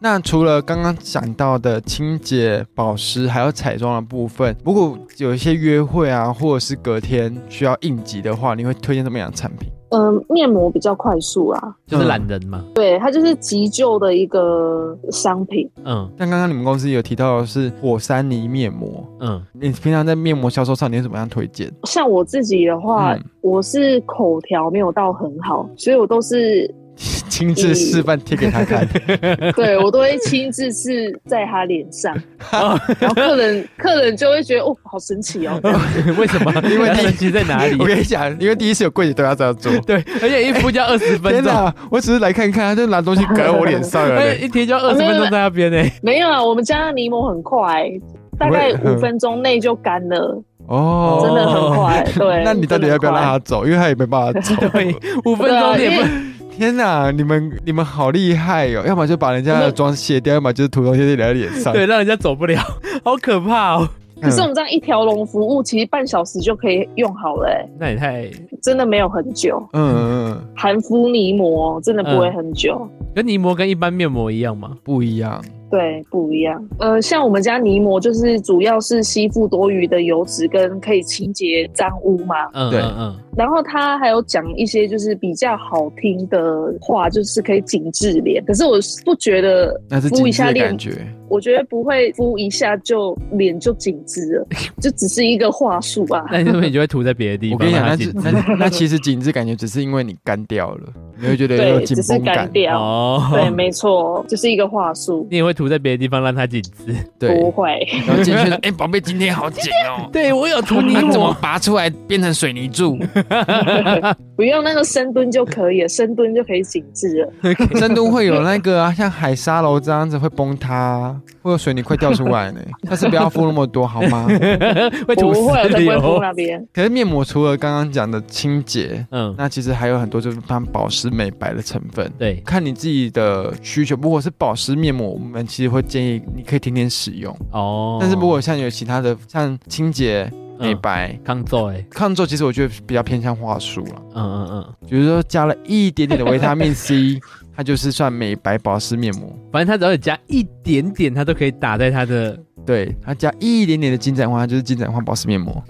Speaker 1: 那除了刚刚讲到的清洁、保湿，还有彩妆的部分，如果有一些约会啊，或者是隔天需要应急的话，你会推荐什么样的产品？
Speaker 3: 嗯、面膜比较快速啊，
Speaker 2: 就是懒人嘛。
Speaker 3: 对，它就是急救的一个商品。
Speaker 2: 嗯
Speaker 1: 像刚刚你们公司有提到的是火山泥面膜，
Speaker 2: 嗯，
Speaker 1: 你平常在面膜销售上，你有什么样的推荐？
Speaker 3: 像我自己的话，
Speaker 1: 嗯
Speaker 3: 我是口条没有到很好，所以我 都是
Speaker 1: 亲自示范贴给他 看。
Speaker 3: 对我都会亲自刺在他 脸上，
Speaker 1: 哦
Speaker 3: 然后客人客人就会觉得哦，好神 奇哦，
Speaker 2: 为 什么？
Speaker 1: 因为
Speaker 2: 它
Speaker 1: 第一
Speaker 2: 神奇在哪里
Speaker 1: 我？跟你讲，因为第一次有柜姐对他这样 做，
Speaker 2: 对，而且一敷 就要二十分
Speaker 1: 天
Speaker 2: 钟，
Speaker 1: 哪！我只是来看看，他就拿东西搁在我脸上了
Speaker 2: 哎，
Speaker 1: 嘞。
Speaker 2: 一贴就二十分钟在那边呢。
Speaker 3: 没有啊，我们家的泥膜很快，大概
Speaker 1: 我也嗯
Speaker 3: 五分钟内就干了，
Speaker 1: 哦，
Speaker 3: 真的 很快。对，
Speaker 1: 那你到底要不要让他走？因为他也没办法 走。
Speaker 2: 对，五分
Speaker 3: 对
Speaker 2: 钟
Speaker 3: 啊
Speaker 2: 你也
Speaker 3: 因
Speaker 2: 不
Speaker 3: 为
Speaker 1: 天哪，你们你们好厉害哦！要么就把人家的妆卸掉，要么就是涂东西在人家脸上。
Speaker 2: 对，让人家走不了，好可怕哦！
Speaker 1: 嗯，
Speaker 3: 真的很快？可是我们这样一条龙服务，其实半小时就可以用好了、欸，
Speaker 2: 那也太……
Speaker 3: 真的没有很久。
Speaker 1: 嗯嗯嗯
Speaker 3: 含敷泥膜真的不会很久。
Speaker 2: 跟泥膜跟一般面膜一样吗？
Speaker 1: 不一样。
Speaker 3: 对，不一样。呃，像我们家泥膜就是主要是吸附多余的油脂跟可以清洁脏污嘛，
Speaker 2: 嗯
Speaker 1: 对
Speaker 2: 嗯
Speaker 3: 然后他还有讲一些就是比较好听的话，就是可以紧致脸。可是我不觉得
Speaker 1: 那是
Speaker 3: 敷
Speaker 1: 紧
Speaker 3: 一
Speaker 1: 致
Speaker 3: 下
Speaker 1: 的
Speaker 3: 脸
Speaker 1: 感，觉。
Speaker 3: 我觉得不会敷一下就脸就紧致了，就只是一个话术啊
Speaker 2: 嗯，。那你是不是你就会涂在别的地
Speaker 1: 我
Speaker 2: 方？
Speaker 1: 跟你讲，
Speaker 2: 让
Speaker 1: 那
Speaker 2: 它
Speaker 1: 是
Speaker 2: 紧
Speaker 1: 那那那其实紧致感觉只是因为你干掉了，你会觉得有
Speaker 3: 对，
Speaker 1: 紧
Speaker 3: 只是
Speaker 1: 绷
Speaker 3: 干
Speaker 1: 感。
Speaker 3: 掉。对，
Speaker 2: 哦，
Speaker 3: 没错，就是一个话术。
Speaker 2: 你也会涂在别的地方让它紧致。
Speaker 3: 不
Speaker 1: 对，
Speaker 3: 会，
Speaker 1: 然后进去，哎，宝贝，今天好紧哦。
Speaker 2: 对我有涂
Speaker 1: 那怎么， 拔出来变成水泥 柱？
Speaker 3: 不用那个深蹲就可以了，深蹲就可以紧致了。
Speaker 1: 深度会有那个啊，像海沙楼这样子会崩塌啊。啊，会有水泥快掉出来呢。但是不要敷那么多好吗？
Speaker 2: 会
Speaker 3: 我
Speaker 2: 吐
Speaker 3: 不
Speaker 2: 石
Speaker 3: 会，我在贵妇
Speaker 2: 榴。
Speaker 3: 那边。
Speaker 1: 可是面膜除了刚刚讲的清洁，
Speaker 2: 嗯，
Speaker 1: 那其实还有很多就是帮保湿美白的成分。
Speaker 2: 对，
Speaker 1: 看你自己的需求，如果是保湿面膜，我们其实会建议你可以天天使用。
Speaker 2: 哦，
Speaker 1: 但是如果像有其他的，像清洁、美
Speaker 2: 嗯
Speaker 1: 白、
Speaker 2: 抗皱哎，
Speaker 1: 抗皱，其实我觉得比较偏向话术了。
Speaker 2: 嗯嗯嗯，
Speaker 1: 比如说加了一点点的维他命 C，它 就是算美白保湿面膜。
Speaker 2: 反正它只要有加一点点，它都可以打在它的，
Speaker 1: 对，它加一点点的金盏花，它就是金盏花保湿面膜。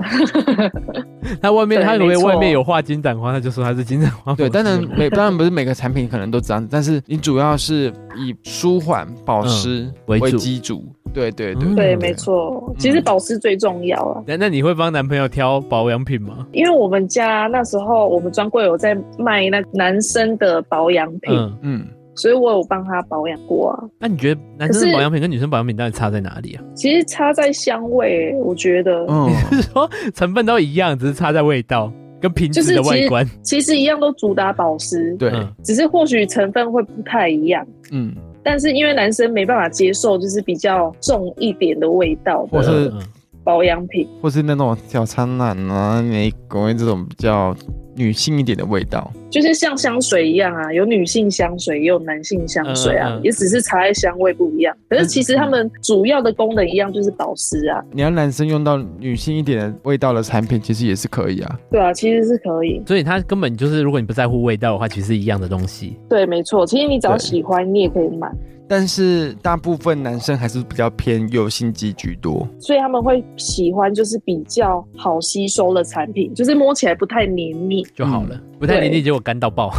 Speaker 2: 它外面
Speaker 3: 对
Speaker 2: 它以
Speaker 3: 没
Speaker 2: 为
Speaker 3: 错
Speaker 2: 外面有画金盏花，它就说它是金盏花。
Speaker 1: 对，当然每 当然不是每个产品可能都这样子，但是你主要是以舒缓保湿
Speaker 2: 嗯为主
Speaker 1: 基础。对对对
Speaker 2: 嗯
Speaker 3: 对，没。错，其
Speaker 1: 嗯
Speaker 3: 实保湿最重要啊。
Speaker 2: 那那你会帮男朋友挑保养品吗？
Speaker 3: 因为我们家那时候我们专柜有在卖那男生的保养品，
Speaker 2: 嗯，
Speaker 1: 嗯，
Speaker 3: 所以我有帮他保养过啊。
Speaker 2: 那你觉得男生
Speaker 3: 可
Speaker 2: 的
Speaker 3: 是
Speaker 2: 保养品跟女生保养品到底差在哪里啊？
Speaker 3: 其实差在香味、我觉得、
Speaker 1: 嗯，
Speaker 2: 就是说成分都一样，只是差在味道跟瓶
Speaker 3: 就
Speaker 2: 子
Speaker 3: 是
Speaker 2: 的
Speaker 3: 其
Speaker 2: 外
Speaker 3: 实
Speaker 2: 观。
Speaker 3: 其实一样都主打保湿，
Speaker 1: 对，
Speaker 2: 嗯
Speaker 3: 只是或许成分会不太一样。
Speaker 1: 嗯，
Speaker 3: 但是因为男生没办法接受，就是比较重一点的味道
Speaker 1: 或
Speaker 3: 的
Speaker 1: 是
Speaker 2: 嗯嗯
Speaker 3: 保养品，
Speaker 1: 或是那种小苍兰啊、玫瑰这种比较女性一点的味道。
Speaker 3: 就是像香水一样啊，有女性香水，也有男性香水
Speaker 2: 嗯
Speaker 3: 啊，
Speaker 2: 嗯嗯嗯
Speaker 3: 也只是差在香味不一样。可是其实他们主要的功能一样，就是保湿啊，
Speaker 1: 你要男生用到女性一点的味道的产品，其实也是可以啊。
Speaker 3: 对啊，其实是可以。
Speaker 2: 所以它根本就是，如果你不在乎味道的话，其实是一样的东西。
Speaker 3: 对，没错，其实你只要
Speaker 1: 对
Speaker 3: 喜欢，你也可以买。
Speaker 1: 但是大部分男生还是比较偏油性肌居多。
Speaker 3: 所以他们会喜欢就是比较好吸收的产品，就是摸起来不太黏腻。
Speaker 2: 就好了，不太
Speaker 3: 嗯对啊
Speaker 2: 黏腻，结果干到爆。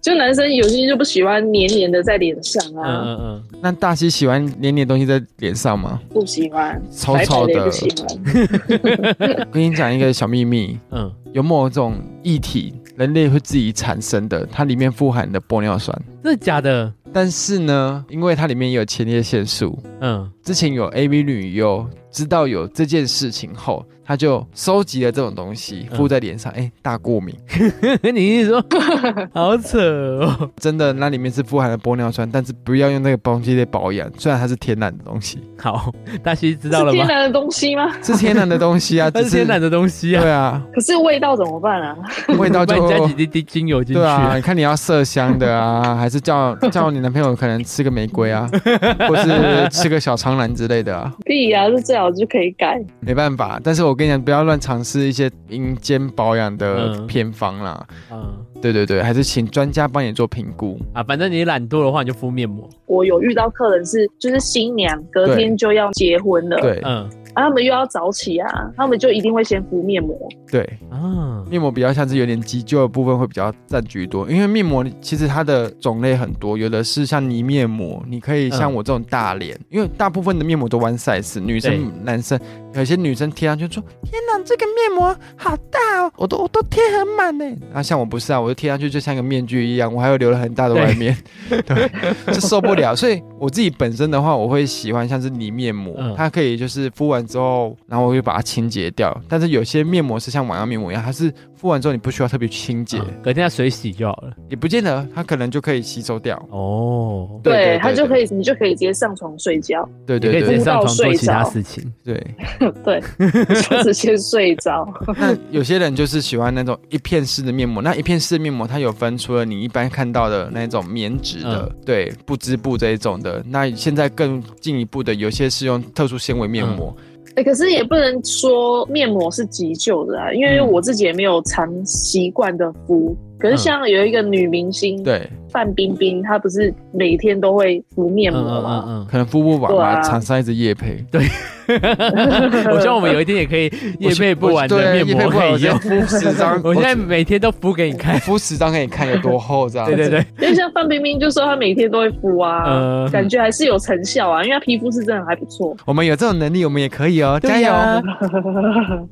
Speaker 3: 就男生有些就不喜欢黏黏的在脸上
Speaker 2: 嗯
Speaker 3: 啊，
Speaker 2: 嗯嗯，
Speaker 1: 那大西喜欢黏黏的东西在脸上吗？
Speaker 3: 不喜欢，
Speaker 1: 丑
Speaker 3: 白白
Speaker 1: 丑
Speaker 3: 的也
Speaker 1: 的
Speaker 3: 不。喜欢。
Speaker 1: 我跟你讲一个小秘密，
Speaker 2: 嗯，
Speaker 1: 有某种液体，人类会自己产生的，它里面富含的玻尿酸。
Speaker 2: 真的假的？
Speaker 1: 但是呢，因为它里面也有前列腺素，
Speaker 2: 嗯，
Speaker 1: 之前有 AV 女优知道有这件事情后，她就收集了这种东西
Speaker 2: 嗯
Speaker 1: 敷在脸上，哎、大过敏。
Speaker 2: 你一说
Speaker 3: 嗯
Speaker 2: 好扯哦，
Speaker 1: 真的，那里面是富含了玻尿酸，但是不要用那个东西来保养，虽然它是天然的东西，
Speaker 2: 好，大西知道
Speaker 3: 是
Speaker 2: 了
Speaker 3: 天
Speaker 2: 吗？
Speaker 3: 然的东西吗？
Speaker 1: 是天然的东西 啊，
Speaker 2: 它
Speaker 1: 只
Speaker 2: 是天然的东西啊，
Speaker 1: 对啊，
Speaker 3: 可是味道怎么办啊？
Speaker 1: 味 道
Speaker 2: 帮
Speaker 1: 就
Speaker 2: 你加几滴滴精油进去
Speaker 1: 对。啊，你看你要麝香的啊，还是叫叫你男朋友可能吃个玫瑰 啊，或是吃个小苍兰之类的啊，
Speaker 3: 屁呀、这最好就可以改。
Speaker 1: 没办法。啊但是我跟你讲，不要乱尝试一些阴间保养的
Speaker 2: 嗯
Speaker 1: 偏方啦。
Speaker 2: 嗯
Speaker 1: 对对对，还是请专家帮你做评估。
Speaker 2: 啊，反正你懒惰的话，你就敷面膜。
Speaker 3: 我有遇到客人是，就是新娘隔
Speaker 1: 对
Speaker 3: 天就要结婚了，
Speaker 1: 对
Speaker 2: 嗯
Speaker 3: 啊，他们又要早起啊，他们就一定会先敷面膜。
Speaker 1: 对，
Speaker 2: 啊，
Speaker 1: 面膜比较像是有点急救的部分会比较占居多，因为面膜其实它的种类很多，有的是像泥面膜，你可以像
Speaker 2: 嗯
Speaker 1: 我这种大脸，因为大部分的面膜都 one size，女
Speaker 2: 对
Speaker 1: 生男生有些女生贴上去说：“天哪，这个面膜好大哦，我都我都贴很满呢。”啊，像我不是啊，我就贴上去就像个面具一样，我还有留了很大的外面， 对，就受不了。所以我自己本身的话，我会喜欢像是泥面膜，
Speaker 2: 嗯
Speaker 1: 它可以就是敷完之后，然后我就把它清洁掉。但是有些面膜是像网上面膜一样，它是敷完之后你不需要特别去清洁，
Speaker 2: 嗯隔天要水洗就好了。
Speaker 1: 也不见得它可能就可以吸收掉。
Speaker 2: 哦，
Speaker 1: 对对
Speaker 3: 他
Speaker 1: 对
Speaker 3: 就
Speaker 1: 对
Speaker 3: 可以，你就可以直接上床睡 觉，
Speaker 1: 对
Speaker 2: 你可
Speaker 1: 对
Speaker 2: 以直接
Speaker 1: 对
Speaker 3: 敷
Speaker 2: 上
Speaker 3: 到
Speaker 2: 床做
Speaker 3: 睡
Speaker 2: 其他
Speaker 3: 着
Speaker 2: 事情。
Speaker 1: 对。
Speaker 3: 对，就直接睡着。
Speaker 1: 那有些人就是喜欢那种一片式的面膜，那一片式的面膜它有分，除了你一般看到的那种棉质的，
Speaker 2: 嗯
Speaker 1: 对，不织布这一种的，那现在更进一步的，有些是用特殊纤维面膜，
Speaker 2: 嗯
Speaker 3: 欸，可是也不能说面膜是急救的啊，因为
Speaker 1: 嗯
Speaker 3: 我自己也没有常习惯的敷。可是像有一个女明星、
Speaker 1: 嗯对，
Speaker 3: 范冰冰，她不是每天都会敷面
Speaker 2: 嗯
Speaker 3: 膜啊
Speaker 2: 嗯
Speaker 3: 吗？
Speaker 2: 嗯
Speaker 1: 可能敷不完
Speaker 3: 对
Speaker 1: 吧，
Speaker 3: 啊
Speaker 1: 厂商一直夜配，
Speaker 2: 嗯， 我希望我们有一天也可以夜配不完的面膜可
Speaker 1: 我
Speaker 2: 以
Speaker 1: 就
Speaker 2: 用。
Speaker 1: 敷十张，
Speaker 2: 我现在每天都敷给 你看。
Speaker 1: 敷十张给你看有多厚，这样，
Speaker 2: 对对对，
Speaker 3: 因为像范冰冰就说她每天都会敷啊，
Speaker 2: 嗯
Speaker 3: 感觉还是有成效啊，因为她皮肤是真的还不错。
Speaker 1: 我们有这种能力，我们也可以哦，加
Speaker 2: 对
Speaker 1: 油！
Speaker 2: 呀！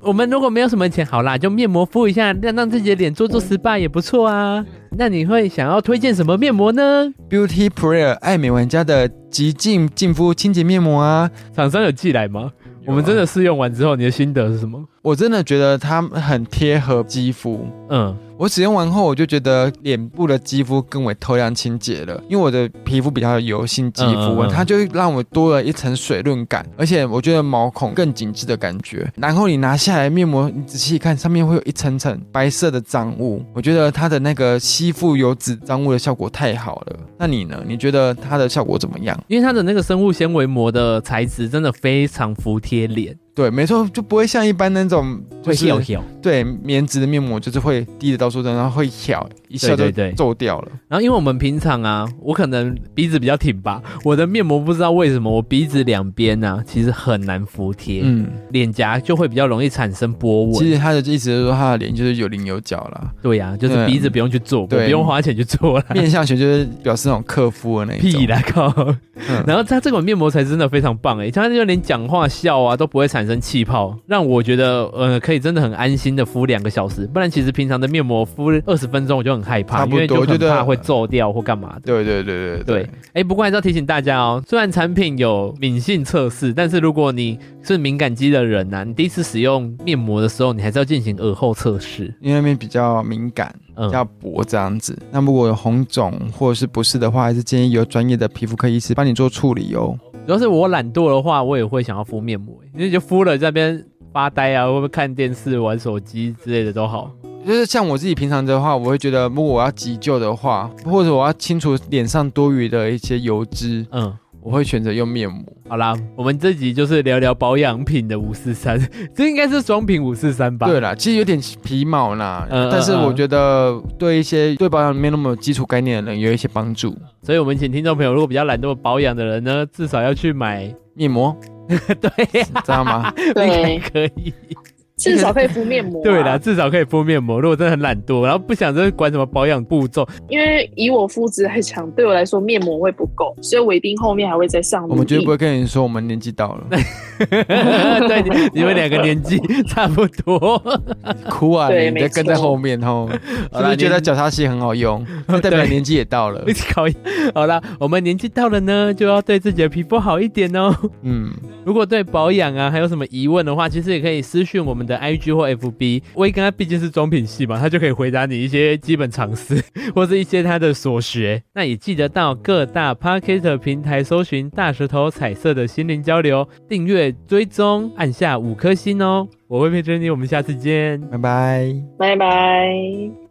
Speaker 2: 我们如果没有什么钱，好啦，就面膜敷一下，让让自己的脸做做 SPA 也不错啊。
Speaker 1: 嗯
Speaker 2: 那你会想要推荐什么面膜呢？
Speaker 1: Beauty Prayer 爱美玩家的极净净肤清洁面膜啊，
Speaker 2: 厂商有寄来吗？我
Speaker 1: 有
Speaker 2: 们
Speaker 1: 啊
Speaker 2: 真的试用完之后，你的心得是什么？
Speaker 1: 我真的觉得它很贴合肌肤。
Speaker 2: 嗯，
Speaker 1: 我使用完后，我就觉得脸部的肌肤更为透亮清洁了，因为我的皮肤比较油性肌肤，
Speaker 2: 嗯嗯嗯
Speaker 1: 它就会让我多了一层水润感，而且我觉得毛孔更紧致的感觉。然后你拿下来面膜，你仔细看，上面会有一层层白色的脏污，我觉得它的那个吸附油脂脏污的效果太好了。那你呢？你觉得它的效果怎么样？
Speaker 2: 因为它的那个生物纤维膜的材质真的非常服帖脸，
Speaker 1: 对，没错，就不会像一般那种就是
Speaker 2: 会翘翘。
Speaker 1: 对棉质的面膜，就是会滴得到处都，然后会翘，一下就
Speaker 2: 对对对
Speaker 1: 皱掉了。
Speaker 2: 然后因为我们平常啊，我可能鼻子比较挺吧，我的面膜不知道为什么我鼻子两边呢、其实很难服帖，
Speaker 1: 嗯。
Speaker 2: 脸颊就会比较容易产生波纹。
Speaker 1: 其实他的意思就是说，他的脸就是有棱有角 啦。
Speaker 2: 对呀、就是
Speaker 1: 对
Speaker 2: 鼻子不用去做，我不
Speaker 1: 对
Speaker 2: 用花钱去做了。
Speaker 1: 面相学就是表示那种克夫的那一种。
Speaker 2: 屁啦靠！
Speaker 1: 嗯
Speaker 2: 然后它这款面膜才真的非常棒欸诶，它就连讲话笑啊都不会产生气泡，让我觉得呃可以真的很安心的敷两个小时。不然其实平常的面膜敷二十分钟我就很害怕，
Speaker 1: 差
Speaker 2: 因
Speaker 1: 不
Speaker 2: 为就
Speaker 1: 多
Speaker 2: 很
Speaker 1: 觉得
Speaker 2: 怕会皱掉或干嘛的。
Speaker 1: 对对对对
Speaker 2: 对，哎，不过还是要提醒大家哦，虽然产品有敏性测试，但是如果你是敏感肌的人啊呐、你第一次使用面膜的时候，你还是要进行耳后测试。
Speaker 1: 因为那边比较敏感，
Speaker 2: 嗯
Speaker 1: 比，较薄这样子。那如果有红肿或者是不适的话，还是建议由专业的皮肤科医师帮你做处理哦。
Speaker 2: 主要是我懒惰的话，我也会想要敷面膜，因为就敷了在那边发呆啊，会不会看电视、玩手机之类的都好。
Speaker 1: 就是像我自己平常的话，我会觉得，如果我要急救的话，或者我要清除脸上多余的一些油脂，
Speaker 2: 嗯，
Speaker 1: 我会选择用面膜。
Speaker 2: 好啦，我们这集就是聊聊保养品的五四三， 这应该是双品五四三吧？
Speaker 1: 对啦，其实有点皮毛啦，
Speaker 2: 嗯嗯
Speaker 1: 但是我觉得对一些对保养没那么有基础概念的人有一些帮助。
Speaker 2: 所以我们请听众朋友，如果比较懒惰保养的人呢，至少要去买，
Speaker 1: 面膜，
Speaker 2: 对呀、
Speaker 1: 知道 吗？
Speaker 2: 应该
Speaker 3: 对，
Speaker 2: 可以。
Speaker 3: 至少可以敷面膜、啊。
Speaker 2: 对啦，，至少可以敷面膜。如果真的很懒惰，然后不想再管什么保养步骤，
Speaker 3: 因为以我肤质来讲，对我来说面膜会不够，所以我一定后面还会再上乳液。
Speaker 1: 我们绝对不会跟你说我们年纪 到了，
Speaker 2: 对，你你们两个年纪差不多。
Speaker 1: 哭啊！
Speaker 3: 对
Speaker 1: 你你在
Speaker 3: 没错
Speaker 1: 跟在后面哦，是
Speaker 2: 好
Speaker 1: 不
Speaker 2: 啦
Speaker 1: 是觉得脚踏鞋很好 用？那代表
Speaker 2: 对
Speaker 1: 年纪也到了
Speaker 2: 一。直考验。好啦，我们年纪到了呢，就要对自己的皮肤好一点哦。
Speaker 1: 嗯，
Speaker 2: 如果对保养啊还有什么疑问的话，其实也可以私讯我们的 IG 或 FB。威哥他毕竟是装品系嘛，他就可以回答你一些基本常识， 或是一些他的所学。那也记得到各大 Pocket 平台搜寻“大石头彩色的心灵交流”，订阅追踪，按下五颗星哦。我会陪着你，我们下次见。
Speaker 1: 拜拜。
Speaker 3: 拜拜。